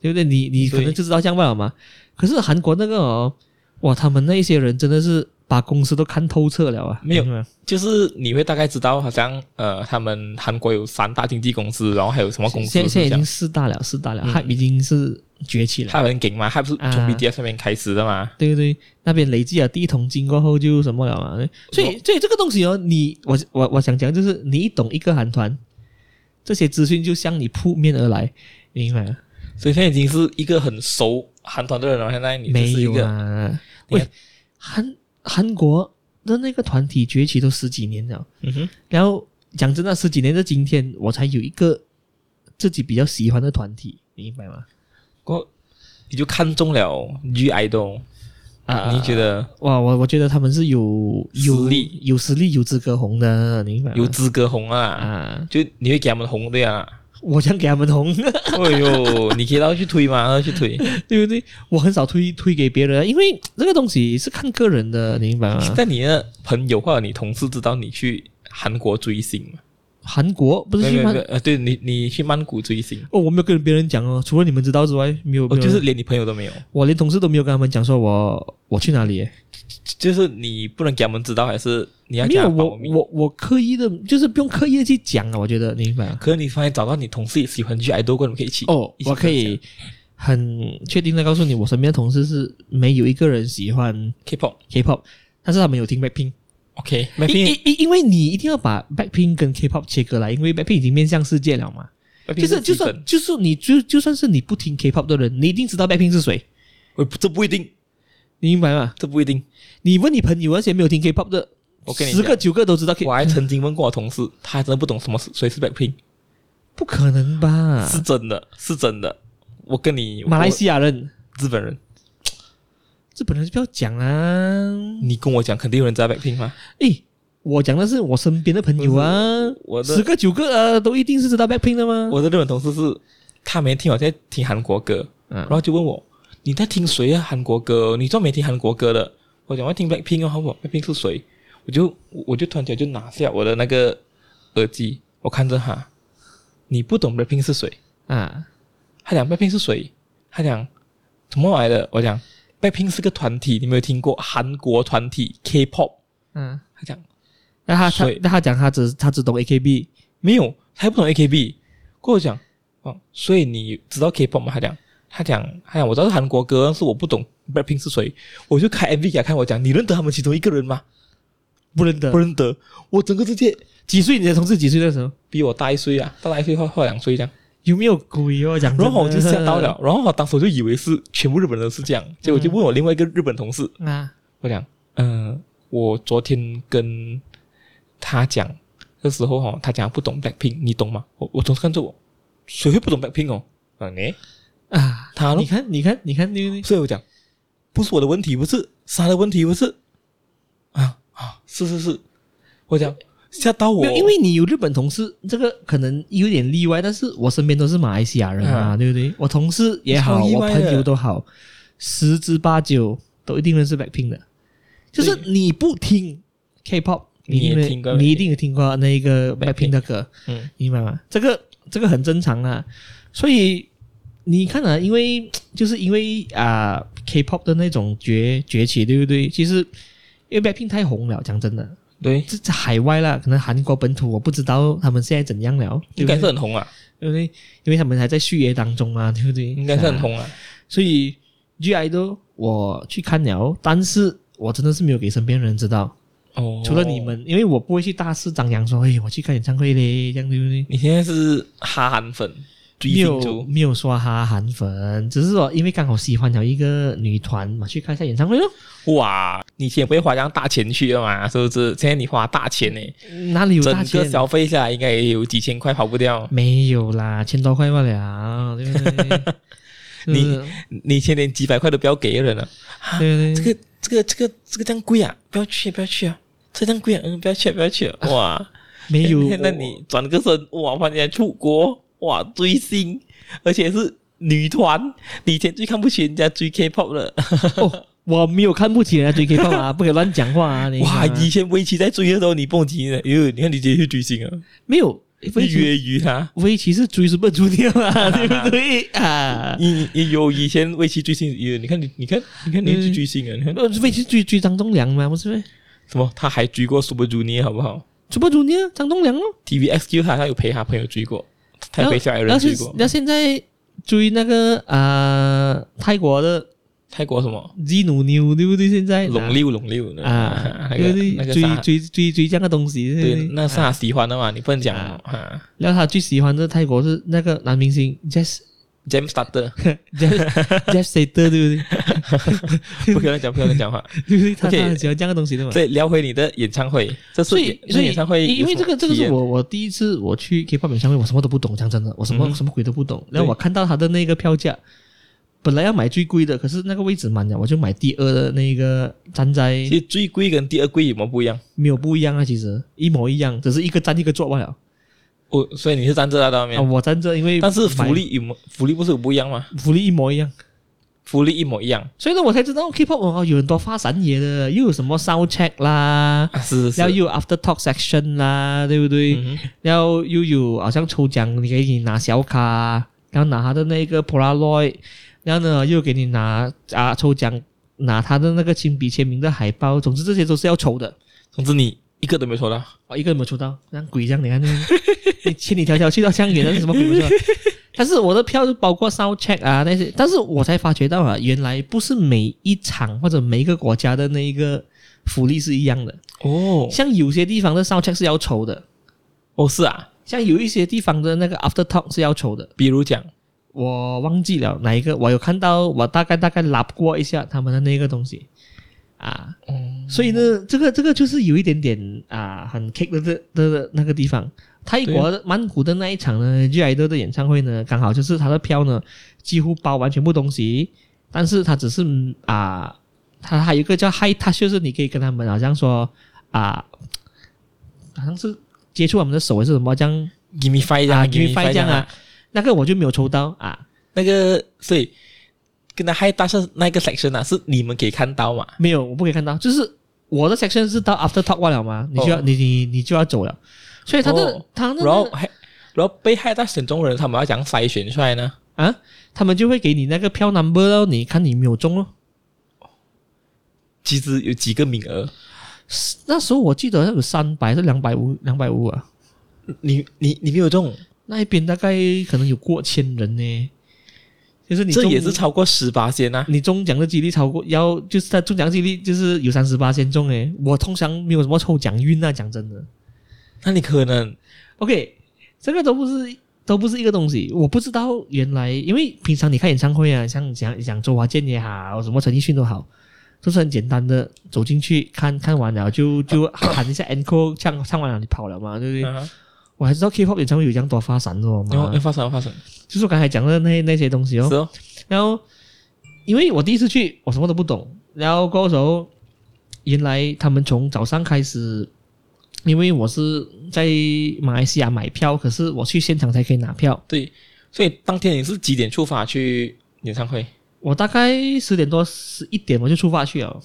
[SPEAKER 2] 对不对？你你可能
[SPEAKER 1] 对
[SPEAKER 2] 就知道这样罢了嘛。可是韩国那个哦，哇，他们那一些人真的是把公司都看透彻了啊！
[SPEAKER 1] 没有
[SPEAKER 2] 明白吗
[SPEAKER 1] 就是你会大概知道，好像呃，他们韩国有三大经纪公司，然后还有什么公司
[SPEAKER 2] 现在
[SPEAKER 1] 是
[SPEAKER 2] 现在
[SPEAKER 1] 这
[SPEAKER 2] 已经
[SPEAKER 1] 样？
[SPEAKER 2] 四大了，四大了，
[SPEAKER 1] 嗯
[SPEAKER 2] 他、已经是崛起了。
[SPEAKER 1] 他很劲嘛，他不是从
[SPEAKER 2] 啊
[SPEAKER 1] BTS 那边开始的嘛？
[SPEAKER 2] 对不对？那边累计了第一桶金过后就什么了嘛？所以，所以这个东西哦，你我我我想讲就是，你懂一个韩团，这些资讯就向你扑面而来，你明白吗？
[SPEAKER 1] 所以现在已经是一个很熟韩团的人了。现在你就
[SPEAKER 2] 没
[SPEAKER 1] 是一
[SPEAKER 2] 有
[SPEAKER 1] 个
[SPEAKER 2] 啊？
[SPEAKER 1] 你
[SPEAKER 2] 喂
[SPEAKER 1] 看，
[SPEAKER 2] 韩韩国的那个团体崛起都十几年了，
[SPEAKER 1] 嗯哼，
[SPEAKER 2] 然后讲真的，十几年的今天，我才有一个自己比较喜欢的团体，你明白吗？
[SPEAKER 1] 过你就看中了 G Idol
[SPEAKER 2] 啊
[SPEAKER 1] 你觉得
[SPEAKER 2] 哇，我我觉得他们是有有
[SPEAKER 1] 实力
[SPEAKER 2] 有实力、有资格红的，你明白吗？
[SPEAKER 1] 有资格红啊？
[SPEAKER 2] 啊，
[SPEAKER 1] 就你会给他们红对 啊？
[SPEAKER 2] 我想给他们红。
[SPEAKER 1] 哎呦，你可以要去推嘛，要去推。
[SPEAKER 2] 对不对？我很少推推给别人啊，因为这个东西是看个人的，你明白吗？
[SPEAKER 1] 但你的朋友或者你同事知道你去韩国追星吗？
[SPEAKER 2] 韩国不是
[SPEAKER 1] 没
[SPEAKER 2] 去
[SPEAKER 1] 有
[SPEAKER 2] 曼
[SPEAKER 1] 没有呃，对你你去曼谷追星，
[SPEAKER 2] 哦，我没有跟别人讲哦，除了你们知道之外，没有，
[SPEAKER 1] 我
[SPEAKER 2] 没有
[SPEAKER 1] 哦就是连你朋友都没有，
[SPEAKER 2] 我连同事都没有跟他们讲说我我去哪里耶，
[SPEAKER 1] 就是你不能给他们知道，还是你要
[SPEAKER 2] 没
[SPEAKER 1] 给他
[SPEAKER 2] 有，
[SPEAKER 1] 们保
[SPEAKER 2] 我
[SPEAKER 1] 密。
[SPEAKER 2] 我我刻意的，就是不用刻意的去讲啊，我觉得你明白吗？
[SPEAKER 1] 可是你发现找到你同事也喜欢去爱豆，跟你们可以一起
[SPEAKER 2] 哦， 我可以很确定的告诉你，我身边的同事是没有一个人喜欢
[SPEAKER 1] K-pop。
[SPEAKER 2] K-pop，但是他们有听 Blackpink。
[SPEAKER 1] OK，
[SPEAKER 2] 因
[SPEAKER 1] Blackpink-
[SPEAKER 2] 因因因为你一定要把 Blackpink 跟 K-pop 切割来，因为 Blackpink 已经面向世界了嘛。
[SPEAKER 1] Blackpink
[SPEAKER 2] 就是就
[SPEAKER 1] 基
[SPEAKER 2] 算
[SPEAKER 1] 本，
[SPEAKER 2] 就是你就就算是你不听 K-pop 的人，你一定知道 Blackpink 是谁，
[SPEAKER 1] 我这不一定，
[SPEAKER 2] 你明白吗？
[SPEAKER 1] 这不一定。
[SPEAKER 2] 你问你朋友那些没有听 K-pop 的，
[SPEAKER 1] 我跟你
[SPEAKER 2] 十
[SPEAKER 1] 讲
[SPEAKER 2] 个九个都知道 K，
[SPEAKER 1] 我还曾经问过我同事，他还真的不懂什么是谁是
[SPEAKER 2] 嗯
[SPEAKER 1] Blackpink，
[SPEAKER 2] 不可能吧？
[SPEAKER 1] 是真的，是真的。我跟你
[SPEAKER 2] 马来西亚人，
[SPEAKER 1] 我日本人，
[SPEAKER 2] 这本来就不要讲啦。
[SPEAKER 1] 你跟我讲，肯定有人知道 Blackpink 吗？
[SPEAKER 2] 诶，我讲的是我身边的朋友啊，
[SPEAKER 1] 我的
[SPEAKER 2] 十个九个啊，都一定是知道 Blackpink 的吗？
[SPEAKER 1] 我的日本同事是，他每天听我在听韩国歌，
[SPEAKER 2] 嗯
[SPEAKER 1] 然后就问我你在听谁啊？韩国歌？你怎么没听韩国歌的？我讲我在听 Blackpink 哦，好不好？Blackpink 是谁？我就我我就突然间就拿下我的那个耳机，我看着他，你不懂 Blackpink 是谁？
[SPEAKER 2] 啊，
[SPEAKER 1] 他讲 Blackpink 是谁？他讲怎么来的？我讲 Blackpink 是个团体，你没有听过韩国团体 K-pop？
[SPEAKER 2] 嗯，
[SPEAKER 1] 他讲
[SPEAKER 2] 那他他
[SPEAKER 1] 所以
[SPEAKER 2] 那他讲他只他只懂 AKB，
[SPEAKER 1] 没有，他还不懂 AKB。跟我讲，哦，所以你知道 K-pop 吗？他讲，他讲，他讲，我知道是韩国歌，但是我不懂 Blackpink 是谁。我就开 MV 给他看，我讲，你认得他们其中一个人吗？
[SPEAKER 2] 不认
[SPEAKER 1] 不
[SPEAKER 2] 得。
[SPEAKER 1] 认得。我整个世界
[SPEAKER 2] 几岁？你的同事几岁的时候？
[SPEAKER 1] 比我大一岁啊，大一岁或或两岁这样。
[SPEAKER 2] 有没有鬼哦？讲真的
[SPEAKER 1] 然后我就吓到了，然后我当时我就以为是全部日本人是这样，结果我就问我另外一个日本同事，
[SPEAKER 2] 啊，
[SPEAKER 1] 我讲，嗯、我昨天跟他讲的时候哦，他讲他不懂 Blackpink，你懂吗？我我总是看着我，谁会不懂 Blackpink 哦？啊，你
[SPEAKER 2] 啊，
[SPEAKER 1] 他咯
[SPEAKER 2] 你，看，你看，你看，对不对？
[SPEAKER 1] 所以我讲，不是我的问题，不是是他的问题，不是啊啊，是是是，我讲吓到我
[SPEAKER 2] 没，有，因为你有日本同事，这个可能有点例外，但是我身边都是马来西亚人啊，
[SPEAKER 1] 嗯
[SPEAKER 2] 对不对？我同事也好，
[SPEAKER 1] 超意
[SPEAKER 2] 我
[SPEAKER 1] 外的
[SPEAKER 2] 朋友都好，十之八九都一定认识 BLACKPINK 的。就是你不听 K-pop，
[SPEAKER 1] 你也
[SPEAKER 2] 一定会
[SPEAKER 1] 听过
[SPEAKER 2] 你一定有听过那个 BLACKPINK
[SPEAKER 1] Blackpink
[SPEAKER 2] 的歌，
[SPEAKER 1] 嗯
[SPEAKER 2] 明白吗？这个这个很正常啊，所以。你看啊，因为就是因为啊、K-pop 的那种崛崛起，对不对？其实因为 BLACKPINK 太红了，讲真的，
[SPEAKER 1] 对，
[SPEAKER 2] 这这海外啦，可能韩国本土我不知道他们现在怎样了，对
[SPEAKER 1] 应
[SPEAKER 2] 不
[SPEAKER 1] 该
[SPEAKER 2] 对
[SPEAKER 1] 是很红啊，
[SPEAKER 2] 对不对？因为他们还在续约当中嘛， 对不对？
[SPEAKER 1] 应该是很
[SPEAKER 2] 啊
[SPEAKER 1] 红啊，
[SPEAKER 2] 所以 G I 都我去看了，但是我真的是没有给身边人知道，
[SPEAKER 1] 哦，
[SPEAKER 2] 除了你。们，因为我不会去大肆张扬说，哎，我去看演唱会嘞，这样对不对？
[SPEAKER 1] 你现在是哈韩粉，追
[SPEAKER 2] 没
[SPEAKER 1] 星
[SPEAKER 2] 有
[SPEAKER 1] 族，
[SPEAKER 2] 没有说哈韩粉，只是说因为刚好喜欢了一个女团嘛，去看一下演唱会咯。
[SPEAKER 1] 哇！你以前不会花这样大钱去的嘛，是不是？现在你花大钱呢、
[SPEAKER 2] 哪里有嗯大
[SPEAKER 1] 整
[SPEAKER 2] 钱
[SPEAKER 1] 个？ 消费下来应该也有几千块跑不掉。
[SPEAKER 2] 没有啦，千多块罢了，对 不对？
[SPEAKER 1] 你
[SPEAKER 2] 是
[SPEAKER 1] 你以前连几百块都不要给人了，啊
[SPEAKER 2] 对不
[SPEAKER 1] 这
[SPEAKER 2] 对？
[SPEAKER 1] 个这个这个这个这样贵啊！不要去不要去啊！这样贵啊！嗯，不要去不要去啊！哇，
[SPEAKER 2] 没有
[SPEAKER 1] ，那你转个身哇，发现出国哇追星，而且是女团，你以前最看不起人家追 K-pop 了。
[SPEAKER 2] 哦，我没有看不起人家追 K-pop 啊， 不可以乱讲话啊！你
[SPEAKER 1] 哇，
[SPEAKER 2] 看啊
[SPEAKER 1] 以前围棋在追的时候你蹦极呢，哟，你看你直接去追星啊，
[SPEAKER 2] 没有围
[SPEAKER 1] 你
[SPEAKER 2] 棋，
[SPEAKER 1] 越狱啊！
[SPEAKER 2] 围棋是追是笨猪跳 啊，对不对啊？
[SPEAKER 1] 你你有以前围棋追星，哟，你看你你看你看你去
[SPEAKER 2] 嗯
[SPEAKER 1] 追星啊！你看
[SPEAKER 2] 呃围棋追追张栋梁嘛，不是咩？
[SPEAKER 1] 什么？他还追过 Super Junior 好不好
[SPEAKER 2] 追不住你啊，张栋梁哦。
[SPEAKER 1] ？TVXQ 他好像有陪他朋友追过，他
[SPEAKER 2] 然
[SPEAKER 1] 有
[SPEAKER 2] 后
[SPEAKER 1] 陪小矮
[SPEAKER 2] 然
[SPEAKER 1] 人
[SPEAKER 2] 后
[SPEAKER 1] 追
[SPEAKER 2] 现
[SPEAKER 1] 过
[SPEAKER 2] 然。后现在追那个啊泰国的
[SPEAKER 1] 泰国什么？
[SPEAKER 2] 基努妞，对不对？现在
[SPEAKER 1] 龙六龙六呢
[SPEAKER 2] 啊，
[SPEAKER 1] 那
[SPEAKER 2] 对
[SPEAKER 1] 个
[SPEAKER 2] 不对
[SPEAKER 1] 那？个
[SPEAKER 2] 追
[SPEAKER 1] 啥
[SPEAKER 2] 追追追这样的东西，对
[SPEAKER 1] 对
[SPEAKER 2] 不，对？
[SPEAKER 1] 那是他喜欢的嘛，你不能讲
[SPEAKER 2] 啊
[SPEAKER 1] 啊。
[SPEAKER 2] 然后他最喜欢的泰国是那个男明星 Jeff
[SPEAKER 1] James Starter，
[SPEAKER 2] Jeff Jeff Sater，对不对？
[SPEAKER 1] 不可能讲，不可能讲 话。
[SPEAKER 2] 对不对？他
[SPEAKER 1] OK
[SPEAKER 2] 他很喜欢这样的东西的嘛。
[SPEAKER 1] 对，聊回你的演唱会，这是
[SPEAKER 2] 嗯所以，
[SPEAKER 1] 那
[SPEAKER 2] 所以
[SPEAKER 1] 演唱会有
[SPEAKER 2] 因为
[SPEAKER 1] 什
[SPEAKER 2] 这
[SPEAKER 1] 么
[SPEAKER 2] 个这个
[SPEAKER 1] 体
[SPEAKER 2] 是
[SPEAKER 1] 验
[SPEAKER 2] 我我第一次我去 K-pop 演唱会，我什么都不懂，讲真的，我什么、
[SPEAKER 1] 嗯
[SPEAKER 2] 什么鬼都不懂。然后
[SPEAKER 1] 对
[SPEAKER 2] 我看到他的那个票价，本来要买最贵的，可是那个位置满了，我就买第二的那个站在
[SPEAKER 1] 其实最贵跟第二贵有什么不一样？
[SPEAKER 2] 没有不一样啊，其实一模一样，只是一个站一个坐罢了。
[SPEAKER 1] 我所以你是站着的外面
[SPEAKER 2] 啊，，我站着，因为
[SPEAKER 1] 但是福
[SPEAKER 2] 买
[SPEAKER 1] 利有没福利不是有不一样吗？
[SPEAKER 2] 福利一模一样，
[SPEAKER 1] 福利一模一样，
[SPEAKER 2] 所以呢，我才知道 K-pop 哦有很多发散野的，又有什么 sound check 啦。
[SPEAKER 1] 啊是是
[SPEAKER 2] 然后又有 after talk section 啦，对不对？
[SPEAKER 1] 嗯哼
[SPEAKER 2] 然后又有好像抽奖，你可以拿小卡，然后拿他的那个 Polaroid，然后呢又给你拿啊抽奖，拿他的那个亲笔签名的海报，总之这些都是要抽的。
[SPEAKER 1] 总之你一个都没有抽到，
[SPEAKER 2] 哦，一个都没有抽到，像鬼一样，你看那个，你千里迢迢去到香园，那是什么鬼没抽到？但是我的票就包括 sound check 啊那些，但是我才发觉到啊，原来不是每一场或者每一个国家的那一个福利是一样的，
[SPEAKER 1] 哦
[SPEAKER 2] 像有些地方的 sound check 是要抽的，
[SPEAKER 1] 哦是啊，
[SPEAKER 2] 像有一些地方的那个 after talk 是要抽的，
[SPEAKER 1] 比如讲
[SPEAKER 2] 我忘记了哪一个，我有看到，我大概大概拉过一下他们的那个东西啊，
[SPEAKER 1] 嗯
[SPEAKER 2] 所以呢，这个这个就是有一点点啊，很 kick 的这的的那个地方。泰国曼谷的那一场呢，G I 的的演唱会呢，刚好就是他的票呢几乎包完全部东西，但是他只是嗯啊，他还有一个叫 High Touch，就是你可以跟他们好像说啊，好像是接触我们的手还是什么这样
[SPEAKER 1] give me five 这样
[SPEAKER 2] 啊
[SPEAKER 1] give me
[SPEAKER 2] ，give
[SPEAKER 1] five
[SPEAKER 2] five
[SPEAKER 1] 这
[SPEAKER 2] 这样
[SPEAKER 1] 样
[SPEAKER 2] 啊，，那个我就没有抽到啊。
[SPEAKER 1] 那个所以跟他嗨大是那个 section 啊，是你们可以看到嘛？
[SPEAKER 2] 没有，我不可以看到，就是我的 section 是到 after talk 完了嘛，你就要、
[SPEAKER 1] 哦
[SPEAKER 2] 你你你就要走了，所以他的、
[SPEAKER 1] 哦
[SPEAKER 2] 他的
[SPEAKER 1] 然后还然后被害到选中的人，他们要讲筛选出来呢？
[SPEAKER 2] 啊，他们就会给你那个票 number 咯，你看你没有中咯。
[SPEAKER 1] 其实有几个名额，
[SPEAKER 2] 那时候我记得好像有三百是两百五两百五啊，
[SPEAKER 1] 你你你没有中，
[SPEAKER 2] 那一边大概可能有过千人呢，就是你
[SPEAKER 1] 这
[SPEAKER 2] 中
[SPEAKER 1] 也是超过十八先啊。
[SPEAKER 2] 你中奖的几率超过要就是他中奖几率就是有三十八先中诶，我通常没有什么抽奖运啊，讲真的。
[SPEAKER 1] 那你可能
[SPEAKER 2] OK，这个都不是都不是一个东西，我不知道原来，因为平常你看演唱会啊，像讲讲周华健也好，什么陈奕迅都好，都是很简单的走进去看看完了就就喊一下 encore，唱唱完了你跑了嘛，对不对？
[SPEAKER 1] 啊，
[SPEAKER 2] 我还知道 K-pop 演唱会有这样多发散的哦
[SPEAKER 1] 然后
[SPEAKER 2] 嘛
[SPEAKER 1] 要，发生发生，
[SPEAKER 2] 就是我刚才讲的那那些东西哦
[SPEAKER 1] 是。哦，
[SPEAKER 2] 然后因为我第一次去，我什么都不懂。然后过后时候，原来他们从早上开始，因为我是在马来西亚买票，可是我去现场才可以拿票。
[SPEAKER 1] 对，所以当天你是几点出发去演唱会？
[SPEAKER 2] 我大概十点多、十一点我就出发去了，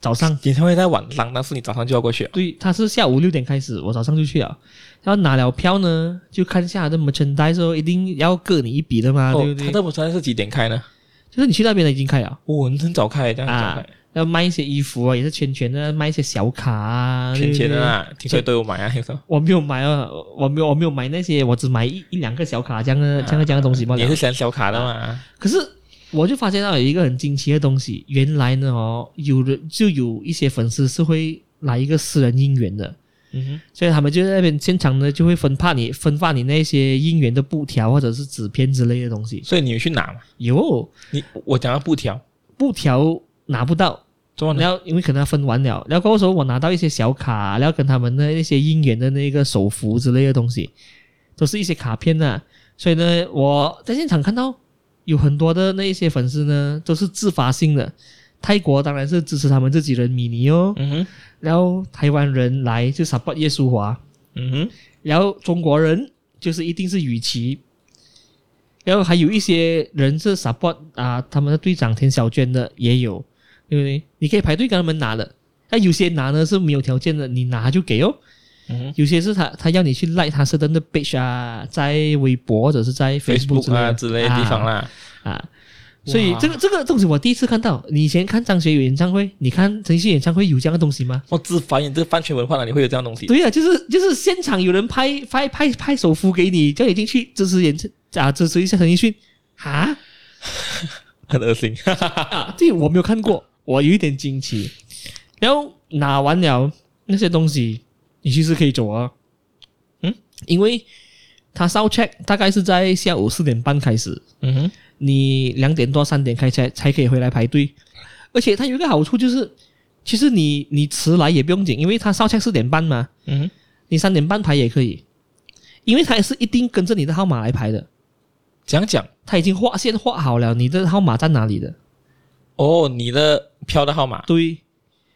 [SPEAKER 2] 早上。
[SPEAKER 1] 演唱会在晚上，但是你早上就要过去了。
[SPEAKER 2] 对，他是下午六点开始，我早上就去了。然后拿了票呢，就看一下他的 merchandise 哦，一定要各你一笔的嘛，
[SPEAKER 1] 哦
[SPEAKER 2] 对，
[SPEAKER 1] 他
[SPEAKER 2] 不对？
[SPEAKER 1] 的午餐是几点开呢？
[SPEAKER 2] 就是你去那边的已经开了，
[SPEAKER 1] 哦，你很早开，这样很早
[SPEAKER 2] 啊
[SPEAKER 1] 开，
[SPEAKER 2] 要卖一些衣服啊，也是圈圈的，卖一些小卡啊，对
[SPEAKER 1] 骗
[SPEAKER 2] 不
[SPEAKER 1] 钱
[SPEAKER 2] 对
[SPEAKER 1] 的啦，听说都有买啊，听说。
[SPEAKER 2] 我没有买啊，我没有我没有买那些，我只买一一两个小卡这样
[SPEAKER 1] 啊
[SPEAKER 2] 的、这样的这样的东西啊罢
[SPEAKER 1] 你也
[SPEAKER 2] 了
[SPEAKER 1] 是。喜欢小卡的嘛？
[SPEAKER 2] 可是我就发现到有一个很惊奇的东西，原来呢哦，有人就有一些粉丝是会来一个私人应援的，
[SPEAKER 1] 嗯
[SPEAKER 2] 所以他们就在那边现场呢就会分派你分发你那些应援的布条或者是纸片之类的东西
[SPEAKER 1] 哼，。所以你有去拿嘛？
[SPEAKER 2] 有
[SPEAKER 1] 你我讲到布条，
[SPEAKER 2] 布条拿不到，
[SPEAKER 1] 怎么了？
[SPEAKER 2] 然后哦因为可能他分完了，然后过后时候我拿到一些小卡，然后跟他们的一些应援的那个手幅之类的东西，都是一些卡片呐、所以呢，我在现场看到有很多的那一些粉丝呢，都是自发性的。泰国当然是支持他们自己人米妮哦，
[SPEAKER 1] 嗯哼，
[SPEAKER 2] 然后台湾人来就 support 叶舒华，
[SPEAKER 1] 嗯哼，
[SPEAKER 2] 然后中国人就是一定是雨琦，然后还有一些人是 support 啊，他们的队长田小娟的也有，对不对？你可以排队跟他们拿的。那有些拿呢是没有条件的，你拿就给哦。
[SPEAKER 1] 嗯哼
[SPEAKER 2] 有些是他他要你去 like 他是的那 page 啊，在微博或者是在 Facebook
[SPEAKER 1] ，Facebook 啊之类的地方啦，
[SPEAKER 2] 啊。啊所以这个这个东西我第一次看到。你以前看张学友演唱会，你看陈奕迅演唱会有这样的东西吗？
[SPEAKER 1] 我自发现这个饭圈文化哪里会有这样东西？
[SPEAKER 2] 对呀、就是就是现场有人拍拍拍拍手幅给你，叫你进去支持演唱啊，支持一下陈奕迅啊
[SPEAKER 1] 很恶心。
[SPEAKER 2] 啊！对我没有看过，我有一点惊奇。然后拿完了那些东西，你其实可以走啊，嗯，因为他 s o u check 大概是在下午四点半开始，
[SPEAKER 1] 嗯哼，
[SPEAKER 2] 你两点多三点开才才可以回来排队，而且它有一个好处就是，其实你你迟来也不用紧，因为他 s o u check 四点半嘛，
[SPEAKER 1] 嗯哼，
[SPEAKER 2] 你三点半排也可以，因为他也是一定跟着你的号码来排的，
[SPEAKER 1] 讲讲
[SPEAKER 2] 他已经画线画好了，你的号码在哪里的？
[SPEAKER 1] 哦，你的票的号码
[SPEAKER 2] 对，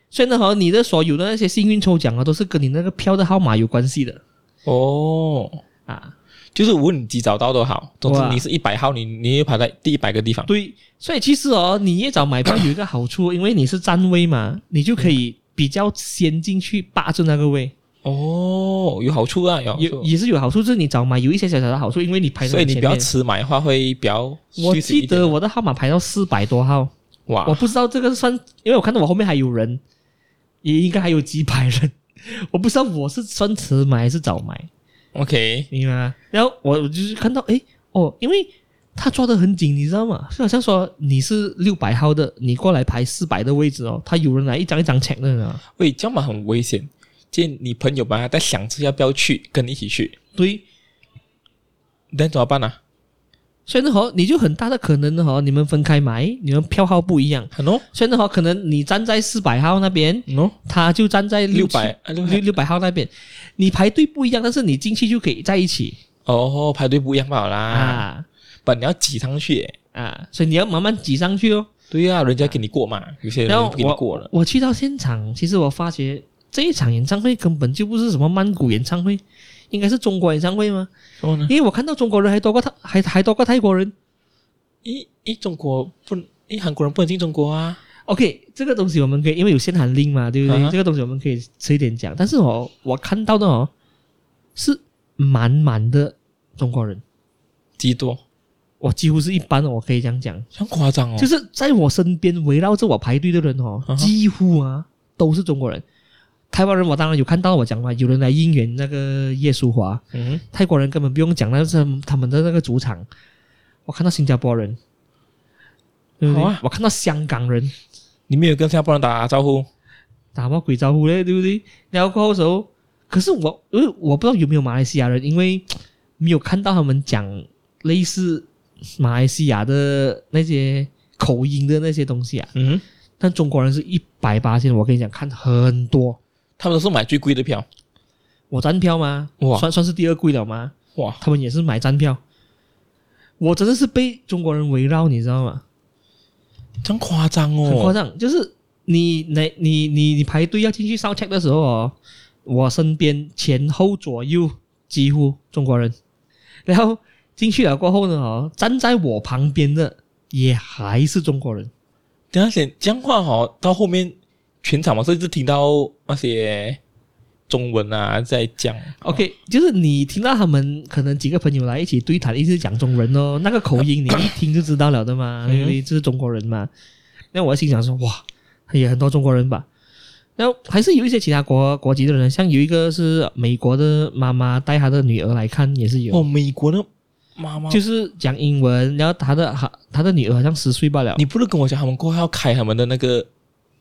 [SPEAKER 2] 所以呢，和你的所有的那些幸运抽奖啊，都是跟你那个票的号码有关系的
[SPEAKER 1] 哦，
[SPEAKER 2] 啊。
[SPEAKER 1] 就是无论你几早到都好，总之
[SPEAKER 2] 哇
[SPEAKER 1] 你是一百号，你你也排在第一百个地方。
[SPEAKER 2] 对，所以其实哦，你越早买票有一个好处，因为你是站位嘛，你就可
[SPEAKER 1] 嗯
[SPEAKER 2] 以比较先进去霸住那个位，
[SPEAKER 1] 哦，有好处啊，有好
[SPEAKER 2] 有
[SPEAKER 1] 处。
[SPEAKER 2] 也是有好处，就是你早买有一些小小的好处，因为你排在
[SPEAKER 1] 所以你
[SPEAKER 2] 前
[SPEAKER 1] 不要
[SPEAKER 2] 面。
[SPEAKER 1] 迟买的话，会比较
[SPEAKER 2] 我
[SPEAKER 1] 舒适一
[SPEAKER 2] 记
[SPEAKER 1] 点啊
[SPEAKER 2] 得我的号码排到四百多号。我
[SPEAKER 1] 哇，
[SPEAKER 2] 不知道这个算，因为我看到我后面还有人，也应该还有几百人，我不知道我是算迟买还是早买，
[SPEAKER 1] OK，
[SPEAKER 2] 明白吗？然后我我就是看到，诶，哦，因为他抓得很紧，你知道吗？就好像说你是六百号的，你过来排四百的位置哦，他有人来一张一张 check 的呢。
[SPEAKER 1] 喂，这样嘛很危险。见你朋友本来在想着要不要去，跟你一起去，
[SPEAKER 2] 对，
[SPEAKER 1] 那怎么办呢、啊？
[SPEAKER 2] 所以呢，哦，你就很大的可能呢，哦，你们分开买，你们票号不一样，
[SPEAKER 1] 很哦，
[SPEAKER 2] 所以呢，哦，可能你站在四百号那边，
[SPEAKER 1] 喏，
[SPEAKER 2] 他就站在
[SPEAKER 1] 六
[SPEAKER 2] 六
[SPEAKER 1] 百啊六
[SPEAKER 2] 六
[SPEAKER 1] 百
[SPEAKER 2] 六百号那边，你排队不一样，但是你进去就可以在一起。
[SPEAKER 1] 哦，排队不一样罢了啦，
[SPEAKER 2] 啊
[SPEAKER 1] 不然你要挤上去耶。
[SPEAKER 2] 啊，所以你要慢慢挤上去哦。
[SPEAKER 1] 对呀、人家给你过嘛，有些
[SPEAKER 2] 然
[SPEAKER 1] 人
[SPEAKER 2] 后
[SPEAKER 1] 不给你过
[SPEAKER 2] 我
[SPEAKER 1] 了。
[SPEAKER 2] 我去到现场，其实我发觉这一场演唱会根本就不是什么曼谷演唱会，应该是中国演唱会吗？
[SPEAKER 1] 然后呢？
[SPEAKER 2] 因为我看到中国人还多过泰，还还多过泰国人。
[SPEAKER 1] 咦咦，中国不能，咦韩国人不能进中国啊？
[SPEAKER 2] OK，这个东西我们可以，因为有限韩令嘛，对不对
[SPEAKER 1] 嗯哼
[SPEAKER 2] 这个东西我们可以迟一点讲。但是我我看到的哦，是满满的中国人，
[SPEAKER 1] 几多？
[SPEAKER 2] 我几乎是一般的，我可以这样讲。
[SPEAKER 1] 这样夸张哦！
[SPEAKER 2] 就是在我身边围绕着我排队的人哦
[SPEAKER 1] 啊哈，
[SPEAKER 2] 几乎啊都是中国人。台湾人我当然有看到，我讲嘛，有人来应援那个叶淑华。
[SPEAKER 1] 嗯，
[SPEAKER 2] 泰国人根本不用讲，那是他们的那个主场。我看到新加坡人，对不对？
[SPEAKER 1] 好啊
[SPEAKER 2] 我看到香港人，
[SPEAKER 1] 你没有跟新加坡人打招呼？
[SPEAKER 2] 打么鬼招呼嘞，对不对？然后过后的时候，可是我因为我不知道有没有马来西亚人，因为没有看到他们讲类似马来西亚的那些口音的那些东西啊。
[SPEAKER 1] 嗯，
[SPEAKER 2] 但中国人是一百八千，我跟你讲，看很多。
[SPEAKER 1] 他们都是买最贵的票。
[SPEAKER 2] 我站票吗？
[SPEAKER 1] 哇
[SPEAKER 2] 算算是第二贵了吗？
[SPEAKER 1] 哇，
[SPEAKER 2] 他们也是买站票。我真的是被中国人围绕，你知道吗？
[SPEAKER 1] 这样夸张
[SPEAKER 2] 很夸
[SPEAKER 1] 哦！
[SPEAKER 2] 张，就是你你你你你排队要进去 sound check 的时候哦，我身边前后左右几乎中国人，然后进去了过后呢，哦，站在我旁边的也还是中国人。
[SPEAKER 1] 等一下先这样话哦，到后面全场我甚至听到那些中文啊在讲。
[SPEAKER 2] OK，就是你听到他们可能几个朋友来一起对谈，一直讲中文哦，那个口音你一听就知道了的嘛，
[SPEAKER 1] 嗯
[SPEAKER 2] 因为这是中国人嘛。那我心想说，哇，也很多中国人吧。然后还是有一些其他国国籍的人，像有一个是美国的妈妈带她的女儿来看，也是有，
[SPEAKER 1] 哦，美国的妈妈，
[SPEAKER 2] 就是讲英文，然后她的她她的女儿好像十岁罢了，
[SPEAKER 1] 你不是跟我讲他们过后要开他们的那个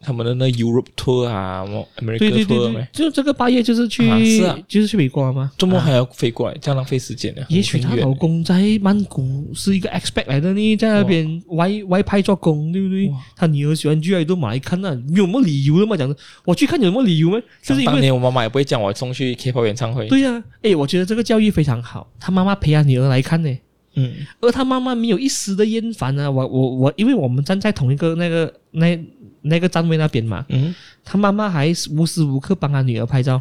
[SPEAKER 1] 他们的那 Europe tour 啊什么
[SPEAKER 2] 对对
[SPEAKER 1] ，America
[SPEAKER 2] 对
[SPEAKER 1] tour 啊没
[SPEAKER 2] 对，？就这个八月就是去、
[SPEAKER 1] 啊是啊
[SPEAKER 2] 就是去美国了吗？
[SPEAKER 1] 周末
[SPEAKER 2] 啊
[SPEAKER 1] 还要飞过来，这样浪费时间呢。
[SPEAKER 2] 也许她
[SPEAKER 1] 很远
[SPEAKER 2] 老公在曼谷是一个 expect 来的呢，在那边外外派做工，对不对
[SPEAKER 1] 哇？
[SPEAKER 2] 她女儿喜欢去爱都马来看啊，有没有理由的嘛？讲的，我去看有没有理由吗？就是因
[SPEAKER 1] 当
[SPEAKER 2] 为
[SPEAKER 1] 年我妈妈也不会叫我送去 K-pop 演唱会。
[SPEAKER 2] 对呀、啊，哎，我觉得这个教育非常好，她妈妈培养女儿来看呢，
[SPEAKER 1] 嗯，
[SPEAKER 2] 而她妈妈没有一丝的厌烦啊。我我我，因为我们站在同一个那个那那个站位那边嘛，
[SPEAKER 1] 嗯，
[SPEAKER 2] 她妈妈还无时无刻帮她女儿拍照。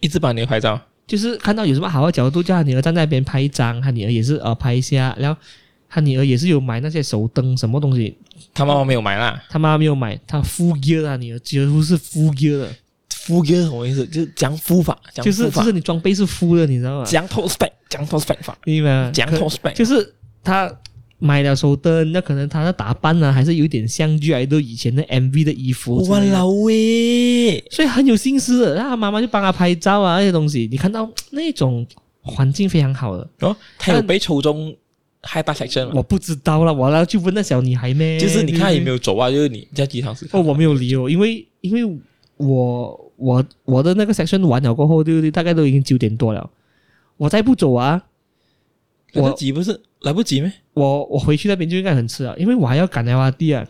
[SPEAKER 1] 一直把你的拍照。
[SPEAKER 2] 就是看到有什么好的角度，叫他女儿站在那边拍一张，他女儿也是呃拍一下，然后他女儿也是有买那些手灯什么东西，
[SPEAKER 1] 他妈妈没有买啦。
[SPEAKER 2] 他妈没有买，他 full gear 的，他女儿几乎是 full gear 的，
[SPEAKER 1] 敷衍什么意思？就是讲敷法，讲
[SPEAKER 2] 就是
[SPEAKER 1] 敷
[SPEAKER 2] 就
[SPEAKER 1] 法
[SPEAKER 2] 是，你装备是 full 的，你知道吗？
[SPEAKER 1] 讲 toss back，讲 toss back 法，
[SPEAKER 2] 明白吗？
[SPEAKER 1] 讲
[SPEAKER 2] 可
[SPEAKER 1] toss back。
[SPEAKER 2] 就是他买了手灯，那可能他的打扮啊呢、还是有一点像 G I 都以前的 MV 的衣服之
[SPEAKER 1] 哇
[SPEAKER 2] 类的，
[SPEAKER 1] 老喂，
[SPEAKER 2] 所以很有心思的，然后他妈妈就帮他拍照啊那些东西，你看到那种环境非常好的，
[SPEAKER 1] 哦，他有被抽中 high bar section 吗？
[SPEAKER 2] 我不知道了，我要去问那小女孩咩？
[SPEAKER 1] 就是你看
[SPEAKER 2] 对
[SPEAKER 1] 有
[SPEAKER 2] 不对
[SPEAKER 1] 没有走啊？就是你在机场时刻
[SPEAKER 2] 哦，我没有理由，因为因为我我我的那个 section 完了过后，对不对？大概都已经九点多了，我再不走啊，
[SPEAKER 1] 来
[SPEAKER 2] 我
[SPEAKER 1] 得及不是来不及咩？
[SPEAKER 2] 我我回去那边就应该很迟了，因为我还要赶 LRT 啊，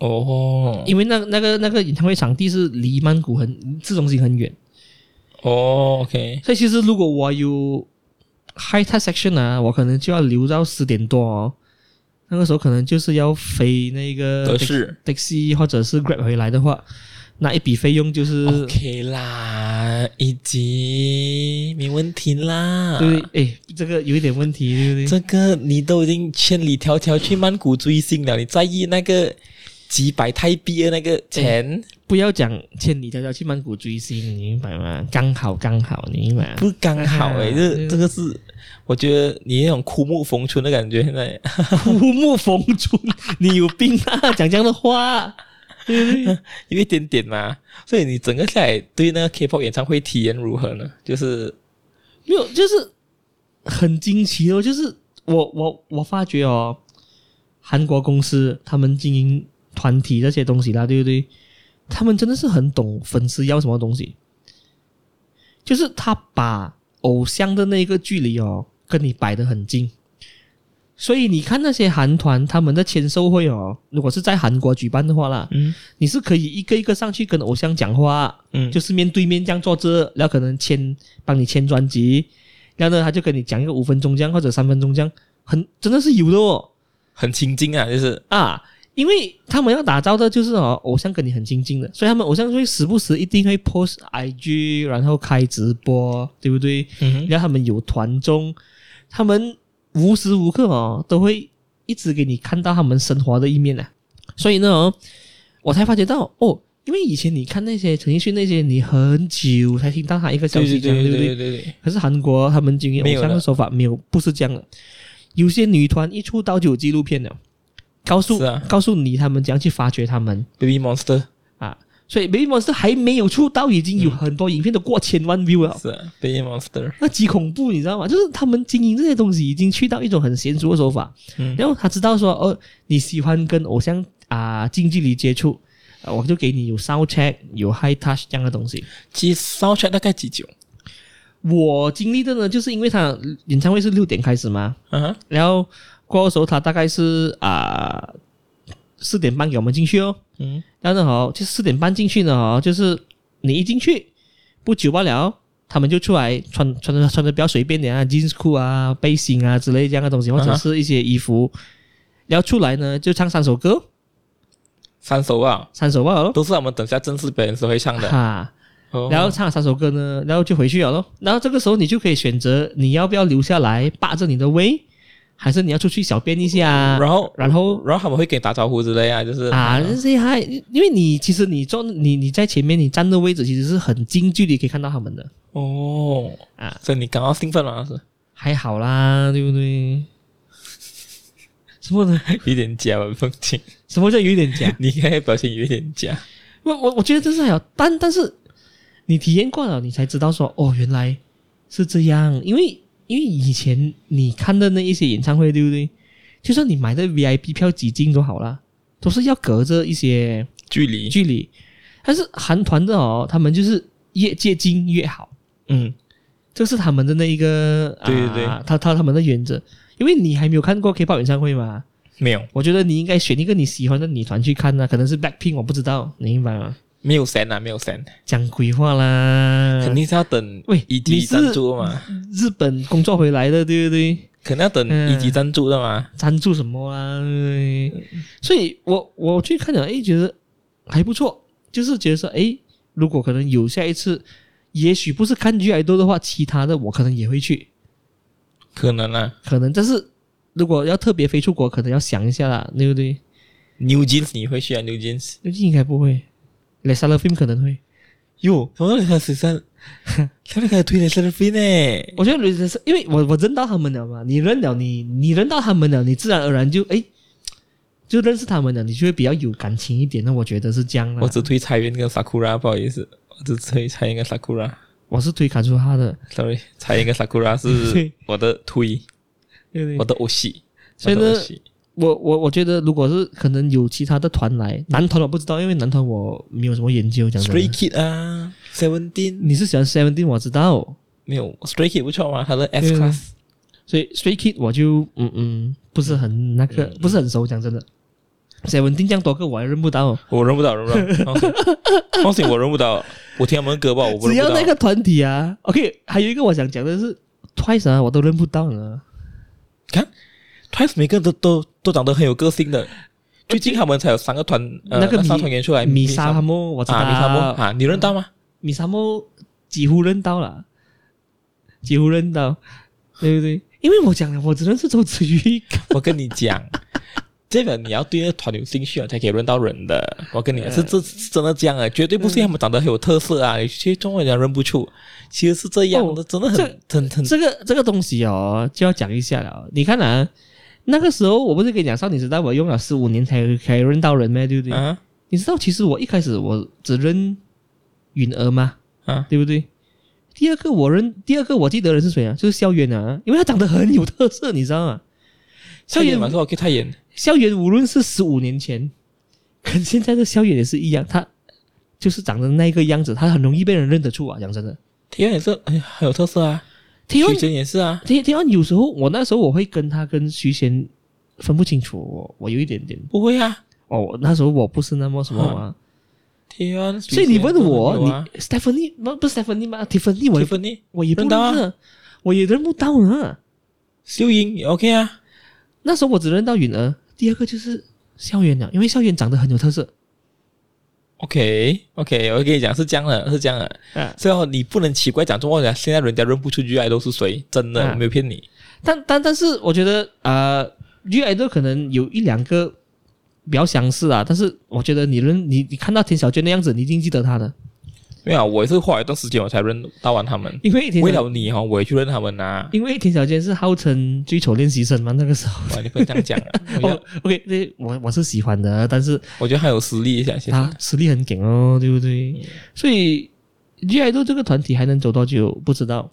[SPEAKER 1] 哦
[SPEAKER 2] 因为那那个那个演唱会场地是离曼谷很市中心很远，
[SPEAKER 1] 哦，OK，
[SPEAKER 2] 所以其实如果我有 high tech section 啊，我可能就要留到十点多哦，那个时候可能就是要飞那个
[SPEAKER 1] 德士
[SPEAKER 2] taxi 或者是 Grab 回来的话，那一笔费用就是。
[SPEAKER 1] OK 啦，以及没问题啦。
[SPEAKER 2] 对，哎，这个有一点问题，对不对？
[SPEAKER 1] 这个你都已经千里迢迢去曼谷追星了，你在意那个几百泰币的那个钱？
[SPEAKER 2] 不要讲千里迢迢去曼谷追星，你明白吗？刚好刚好，你明白吗？
[SPEAKER 1] 不刚好哎、欸，
[SPEAKER 2] 啊
[SPEAKER 1] 这
[SPEAKER 2] 对
[SPEAKER 1] 这个是，我觉得你那种枯木逢春的感觉，现在
[SPEAKER 2] 枯木逢春，你有病啊！讲这样的话，
[SPEAKER 1] 有一点点嘛。所以你整个下来对那个 K-pop 演唱会体验如何呢？就是
[SPEAKER 2] 没有，就是很惊奇哦。就是我我我发觉哦，韩国公司他们经营团体这些东西啦，对不对？他们真的是很懂粉丝要什么东西，就是他把偶像的那个距离哦，跟你摆得很近。所以你看那些韩团他们的签售会哦，如果是在韩国举办的话啦，
[SPEAKER 1] 嗯
[SPEAKER 2] 你是可以一个一个上去跟偶像讲话，啊
[SPEAKER 1] 嗯，
[SPEAKER 2] 就是面对面这样坐着，然后可能签帮你签专辑，然后呢他就跟你讲一个五分钟这样或者三分钟这样，很真的是有的哦
[SPEAKER 1] 很亲近啊，就是
[SPEAKER 2] 啊，因为他们要打造的就是哦偶像跟你很亲近的，所以他们偶像会时不时一定会 post IG，然后开直播，对不对？
[SPEAKER 1] 嗯
[SPEAKER 2] 让他们有团综，他们无时无刻哦都会一直给你看到他们生活的一面啊。所以呢、哦，我才发觉到哦，因为以前你看那些陈奕迅那些，你很久才听到他一个消
[SPEAKER 1] 对对
[SPEAKER 2] 息这样，
[SPEAKER 1] 对
[SPEAKER 2] 不
[SPEAKER 1] 对
[SPEAKER 2] 对
[SPEAKER 1] 对对对，
[SPEAKER 2] 可是韩国他们经营偶像的手法没有不是这样的。有些女团一出道就有纪录片了，告诉、
[SPEAKER 1] 是啊
[SPEAKER 2] 告诉你他们怎样去发掘他们
[SPEAKER 1] Baby Monster
[SPEAKER 2] 啊。所以 Baby Monster 还没有出道，已经
[SPEAKER 1] 嗯
[SPEAKER 2] 有很多影片都过千万 view 了，
[SPEAKER 1] 是啊，Baby Monster，
[SPEAKER 2] 那极恐怖，你知道吗？就是他们经营这些东西已经去到一种很娴熟的手法，
[SPEAKER 1] 嗯
[SPEAKER 2] 然后他知道说，哦，你喜欢跟偶像啊、近距离接触，啊我就给你有 sound check、有 high touch 这样的东西。
[SPEAKER 1] 其实 Soundtrack 大概几久？
[SPEAKER 2] 我经历的呢，就是因为他演唱会是六点开始嘛，
[SPEAKER 1] 嗯哼，
[SPEAKER 2] 然后过后的时候他大概是啊四、点半给我们进去哦，
[SPEAKER 1] 嗯
[SPEAKER 2] 然后呢哦，就四点半进去呢哦，就是你一进去不久罢了，他们就出来穿穿着穿着比较随便点啊，jeans 裤啊、背心啊之类这样的东西，或者
[SPEAKER 1] 啊哈
[SPEAKER 2] 是一些衣服。然后出来呢，就唱三首歌，
[SPEAKER 1] 三首啊，
[SPEAKER 2] 三首罢了咯。
[SPEAKER 1] 都是我们等下正式表演时候会唱的。
[SPEAKER 2] 哈，
[SPEAKER 1] 哦
[SPEAKER 2] 然后唱了三首歌呢，然后就回去了咯。然后这个时候你就可以选择你要不要留下来霸着你的位，还是你要出去小便一下，
[SPEAKER 1] 然后
[SPEAKER 2] 然后
[SPEAKER 1] 然后他们会给你打招呼之类啊，就是
[SPEAKER 2] 啊，这还因为你其实你坐你你在前面你站的位置其实是很近距离可以看到他们的
[SPEAKER 1] 哦，
[SPEAKER 2] 啊，
[SPEAKER 1] 所以你感到兴奋吗？ 是
[SPEAKER 2] 还好啦，对不对？ 什么呢？
[SPEAKER 1] 有点假吧，风情。
[SPEAKER 2] 什么叫有一点假？
[SPEAKER 1] 你刚才表情有一点假，
[SPEAKER 2] 我我我觉得这是还好，但但是你体验过了，你才知道说哦，原来是这样。因为因为以前你看的那一些演唱会，对不对？就算你买的 VIP 票几进都好啦，都是要隔着一些
[SPEAKER 1] 距离，
[SPEAKER 2] 距离。但是韩团的哦，他们就是越接近越好，
[SPEAKER 1] 嗯，
[SPEAKER 2] 这是他们的那一个，啊、
[SPEAKER 1] 对对对
[SPEAKER 2] 他他他们的原则。因为你还没有看过 K-pop 演唱会嘛，
[SPEAKER 1] 没有
[SPEAKER 2] 我觉得你应该选一个你喜欢的女团去看啊，可能是 Blackpink，我不知道，你明白吗？
[SPEAKER 1] 没有删啊，没有删，
[SPEAKER 2] 讲鬼话啦，
[SPEAKER 1] 肯定是要等
[SPEAKER 2] 喂
[SPEAKER 1] 一
[SPEAKER 2] 你
[SPEAKER 1] 级
[SPEAKER 2] 是
[SPEAKER 1] 赞助的嘛，
[SPEAKER 2] 日本工作回来的，对不对？
[SPEAKER 1] 肯定要等
[SPEAKER 2] 嗯
[SPEAKER 1] 一级赞助的嘛，
[SPEAKER 2] 赞助什么啦？对不对所以我我去看了，哎，觉得还不错，就是觉得说，哎，如果可能有下一次，也许不是看 G I 多的话，其他的我可能也会去，
[SPEAKER 1] 可能啊
[SPEAKER 2] 可能，但是如果要特别飞出国，可能要想一下啦，对不对？
[SPEAKER 1] ，New Jeans 你会去啊，New Jeans，
[SPEAKER 2] 最近应该不会 l e s a l Film 可能会，
[SPEAKER 1] 哟，什么你看十 三，他们开始推雷神飞呢，
[SPEAKER 2] 我觉得 l e s 因为我我认到他们了嘛，你认了你你认到他们了，你自然而然就哎。就认识他们了，你就会比较有感情一点。那我觉得是这样啦。
[SPEAKER 1] 我只推彩云跟 Sakura，不好意思，我只推彩云跟 Sakura，sorry，
[SPEAKER 2] 我是推卡出哈的，
[SPEAKER 1] 彩云跟 Sakura 是
[SPEAKER 2] 对
[SPEAKER 1] 我的推，
[SPEAKER 2] 对对
[SPEAKER 1] 我的欧系，
[SPEAKER 2] 所以呢
[SPEAKER 1] 我的欧系
[SPEAKER 2] 我我我觉得，如果是可能有其他的团来，男团我不知道，因为男团我没有什么研究。讲真
[SPEAKER 1] ，Stray
[SPEAKER 2] 的，
[SPEAKER 1] Kid 啊，Seventeen
[SPEAKER 2] 你是喜欢 Seventeen 我知道，
[SPEAKER 1] 没有，Stray Kid 不错嘛，他的 S
[SPEAKER 2] 对
[SPEAKER 1] Class
[SPEAKER 2] 所以 Stray Kid 我就嗯嗯不是很那个，不是很熟。讲真的，Seventeen 这样多个我还认不到，
[SPEAKER 1] 我认不到，认不 到，放心，放心，我认不到，我听他们的歌吧，我不
[SPEAKER 2] 只
[SPEAKER 1] 认
[SPEAKER 2] 要
[SPEAKER 1] 不到
[SPEAKER 2] 那。个团体啊。OK，还有一个我想讲的是 Twice 啊，我都认不到呢。
[SPEAKER 1] 看，Twice 每个人都都都长得很有个性 的，最近他们才有三个团，呃，
[SPEAKER 2] 那个米
[SPEAKER 1] 三团员出来，
[SPEAKER 2] 米沙
[SPEAKER 1] 莫
[SPEAKER 2] 莫我知道，
[SPEAKER 1] 啊，米沙莫啊，你认到吗？
[SPEAKER 2] 米沙莫几乎认到了，几乎认到，对不对？因为我讲了，我只认识周子瑜一个
[SPEAKER 1] 我跟你讲。 这个你要对那个团有兴趣啊，才可以认到人的。我跟你讲，是
[SPEAKER 2] 呃
[SPEAKER 1] 这是真的这样的，啊绝对不是因为他们长得很有特色啊，有些中国人认不出，其实是这样的，
[SPEAKER 2] 哦
[SPEAKER 1] 真的很很很
[SPEAKER 2] 这个这个东西哦，就要讲一下了。你看啊，那个时候我不是跟你讲，少女时代我用了十五年才才认到人咩，对不对？
[SPEAKER 1] 啊
[SPEAKER 2] 你知道，其实我一开始我只认允儿嘛，
[SPEAKER 1] 啊！
[SPEAKER 2] 对不对？第二个我认，第二个我记得的人是谁啊？就是萧远啊，因为他长得很有特色，你知道吗？
[SPEAKER 1] 蔡
[SPEAKER 2] 萧
[SPEAKER 1] 妍
[SPEAKER 2] 远，
[SPEAKER 1] 嘛，是我给他演，
[SPEAKER 2] 萧远无论是十五年前跟现在的萧远也是一样，他就是长得那个样子，他很容易被人认得出啊。讲真的，
[SPEAKER 1] 田也是哎呀很有特色啊，
[SPEAKER 2] 体
[SPEAKER 1] 徐峥也是啊，
[SPEAKER 2] 天天安有时候我那时候我会跟他跟徐贤分不清楚，我我有一点点
[SPEAKER 1] 不会啊，
[SPEAKER 2] 哦，我那时候我不是那么什么嘛，
[SPEAKER 1] 田安。
[SPEAKER 2] 所以你问我
[SPEAKER 1] 有啊
[SPEAKER 2] 你 Stephanie 不不是 Stephanie 吗？Tiffany 我也
[SPEAKER 1] Tiffany、
[SPEAKER 2] 我也不
[SPEAKER 1] 认到啊
[SPEAKER 2] 认识，我也认不到呢。
[SPEAKER 1] 秀英也 OK 啊，
[SPEAKER 2] 那时候我只认到允儿，第二个就是校园了，因为校园长得很有特色
[SPEAKER 1] OK OK，我跟你讲是这样的，是这样的。
[SPEAKER 2] 啊，
[SPEAKER 1] 最后你不能奇怪讲中国人，现在人家认不出 G I 都是谁，真的，
[SPEAKER 2] 啊
[SPEAKER 1] 我没有骗你。
[SPEAKER 2] 但但但是我觉得呃，G I 都可能有一两个比较相似啊，但是我觉得你认你你看到田小娟的样子，你一定记得她的，
[SPEAKER 1] 没有啊，我也是花了一段时间我才认到完他们。
[SPEAKER 2] 因为田小
[SPEAKER 1] 为了你哈、哦，我也去认他们呐、
[SPEAKER 2] 因为田小娟是号称最丑练习生嘛，那个时候。
[SPEAKER 1] 哇，你不能这样讲啊！我觉
[SPEAKER 2] 哦
[SPEAKER 1] 得，
[SPEAKER 2] OK，这我我是喜欢的，但是
[SPEAKER 1] 我觉得他有实力一下，其实
[SPEAKER 2] 他实力很顶哦，对不对？所以 G I 豆这个团体还能走多久不知道，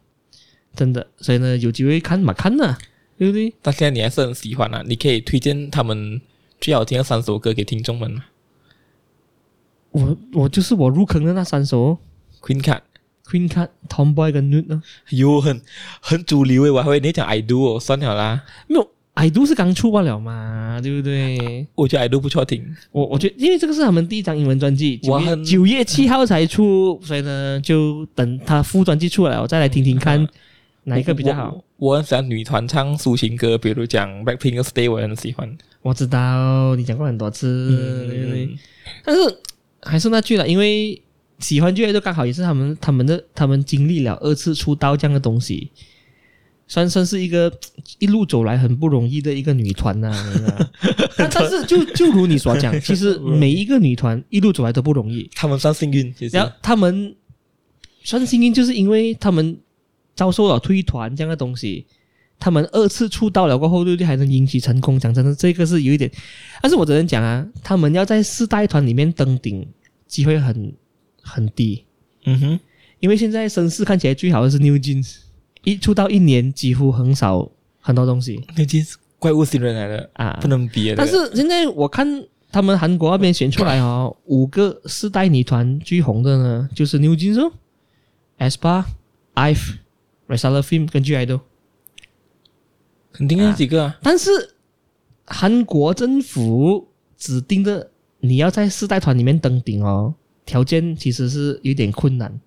[SPEAKER 2] 真的。所以呢，有机会看嘛看呐、对不对？
[SPEAKER 1] 但现在你还是很喜欢啊。你可以推荐他们最好听的三首歌给听众们啊吗
[SPEAKER 2] 我我就是我入坑的那三首
[SPEAKER 1] ？Queen Card
[SPEAKER 2] Queen Card、Tomboy 跟 Nude 呢，
[SPEAKER 1] 有很很主流诶，我还会你讲 I do 哦，算了啦，
[SPEAKER 2] 没有。矮度是刚出罢了嘛，对不对？
[SPEAKER 1] 我觉得 I do 不错听。
[SPEAKER 2] 我我觉得，因为这个是他们第一张英文专辑，
[SPEAKER 1] 我
[SPEAKER 2] 九月
[SPEAKER 1] 很
[SPEAKER 2] 九月七号才出，所以呢，就等他副专辑出来，我再来听听看哪一个比较好。
[SPEAKER 1] 我？我很喜欢女团唱抒情歌，比如讲 Blackpink 的 Stay，我很喜欢。
[SPEAKER 2] 我知道你讲过很多次，对不对？
[SPEAKER 1] 嗯，
[SPEAKER 2] 但是还是那句了，因为喜欢乐队刚好也是他们他们的他们经历了二次出道这样的东西，算算是一个一路走来很不容易的一个女团呐、 明白吗但但是就 就如你所讲，其实每一个女团一路走来都不容易，
[SPEAKER 1] 他们算幸运，其实
[SPEAKER 2] 然后他们算幸运，就是因为他们遭受了推团这样的东西，他们二次出道了过后，对不对？还能引起成功，讲真的，这个是有一点。但是我只能讲啊，他们要在四代团里面登顶，机会很很低，
[SPEAKER 1] 嗯哼，
[SPEAKER 2] 因为现在声势看起来最好的是 New Jeans，一出道一年几乎很少很多东西
[SPEAKER 1] 那真是怪物新人来的，
[SPEAKER 2] 啊
[SPEAKER 1] 不。能比的。
[SPEAKER 2] 但是现在我看他们韩国那边选出来哦，五个四代女团最红的呢，就是 New Jeans 哦、aespa、IVE、r e s a l a Film 跟 G Idol。
[SPEAKER 1] 肯定那几个啊，
[SPEAKER 2] 但是韩国政府指定的你要在四代团里面登顶哦，条件其实是有点困难，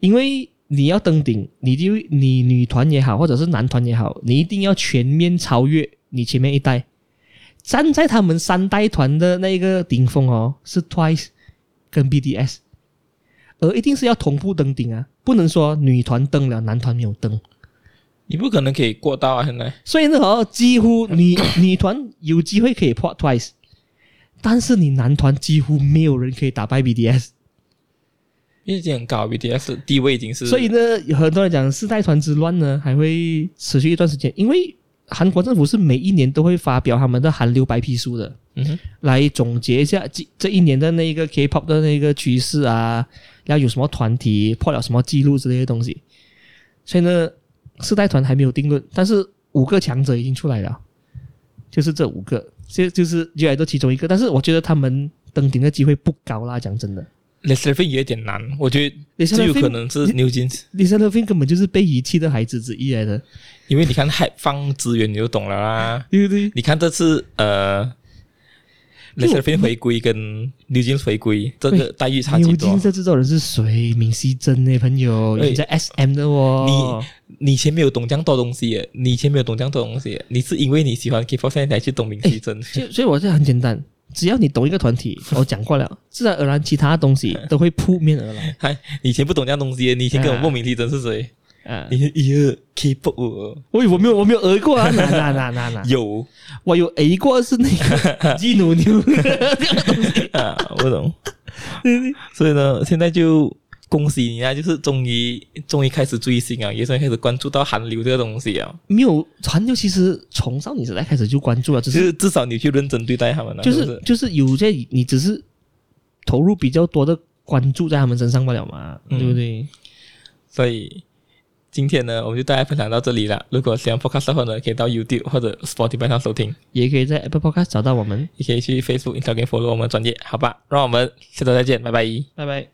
[SPEAKER 2] 因为你要登顶，你就你女团也好，或者是男团也好，你一定要全面超越你前面一代，站在他们三代团的那个顶峰哦，是 Twice 跟 BDS，而一定是要同步登顶啊，不能说女团登了，男团没有登。
[SPEAKER 1] 你不可能可以过到啊！现在
[SPEAKER 2] 所以呢，哦，几乎 女女团有机会可以破 Twice，但是你男团几乎没有人可以打败 BDS。
[SPEAKER 1] 已经很高，BTS 地位已经是，
[SPEAKER 2] 所以呢，有很多人讲四代团之乱呢还会持续一段时间，因为韩国政府是每一年都会发表他们的韩流白皮书的，
[SPEAKER 1] 嗯哼，
[SPEAKER 2] 来总结一下这这一年的那个 K-pop 的那个趋势啊，然后有什么团体破了什么记录之类的东西。所以呢，四代团还没有定论，但是五个强者已经出来了，就是这五个，就就是 G I 的其中一个。但是我觉得他们登顶的机会不高啦，讲真的。
[SPEAKER 1] l e s l e 也有点难，我觉得
[SPEAKER 2] 李
[SPEAKER 1] 最
[SPEAKER 2] 善
[SPEAKER 1] 有可
[SPEAKER 2] 乐芬，
[SPEAKER 1] 能是 New Jeans，
[SPEAKER 2] 李善乐芬根本就是被遗弃的孩子之一来的，
[SPEAKER 1] 因为你看 h 放资源你就懂了啦。
[SPEAKER 2] 对不对？
[SPEAKER 1] 你看这次呃 l
[SPEAKER 2] 就
[SPEAKER 1] e s l e 回归跟 New Jeans 回归，这个待遇差
[SPEAKER 2] 牛
[SPEAKER 1] 几
[SPEAKER 2] 津
[SPEAKER 1] 多？啊
[SPEAKER 2] 这制作人是谁？明熙珍呢，朋友，
[SPEAKER 1] 哎
[SPEAKER 2] 人家 S M 的哦。
[SPEAKER 1] 你以前没有懂这样多东西耶，你以前没有懂这样多东西耶，你是因为你喜欢 K-pop，现在才去懂明熙真。
[SPEAKER 2] 所以所以我这很简单，只要你懂一个团体，我讲过了，自然而然其他东 西都会扑面而 来。
[SPEAKER 1] 嗨，你以前不懂这样东西耶，你以前根本
[SPEAKER 2] 啊
[SPEAKER 1] 不明熙真是谁？
[SPEAKER 2] 哎啊，
[SPEAKER 1] 你一二 K-pop 哦
[SPEAKER 2] 喂，我没有我没有讹 过啊，哪哪哪哪哪，
[SPEAKER 1] 有
[SPEAKER 2] 我有讹过是那 个基努牛，
[SPEAKER 1] 啊，我懂。所以呢，现在就恭喜你啊，就是终于终于开始追星啊，也算开始关注到韩流这个东西啊。
[SPEAKER 2] 没有韩流其实从少女时代开始就关注了，只
[SPEAKER 1] 就是是至少你去认真对待他们了、啊
[SPEAKER 2] 就是是就是有些你只是投入比较多的关注在他们身上不了嘛，
[SPEAKER 1] 嗯
[SPEAKER 2] 对不对？
[SPEAKER 1] 所以今天呢，我们就大家分享到这里了。如果喜欢 Podcast 的话呢，可以到 YouTube 或者 Spotify 上收听，
[SPEAKER 2] 也可以在 Apple Podcast 找到我们，
[SPEAKER 1] 也可以去 Facebook、Instagram follow 我们的专业，好吧？让我们下周再见，拜拜。
[SPEAKER 2] 拜拜。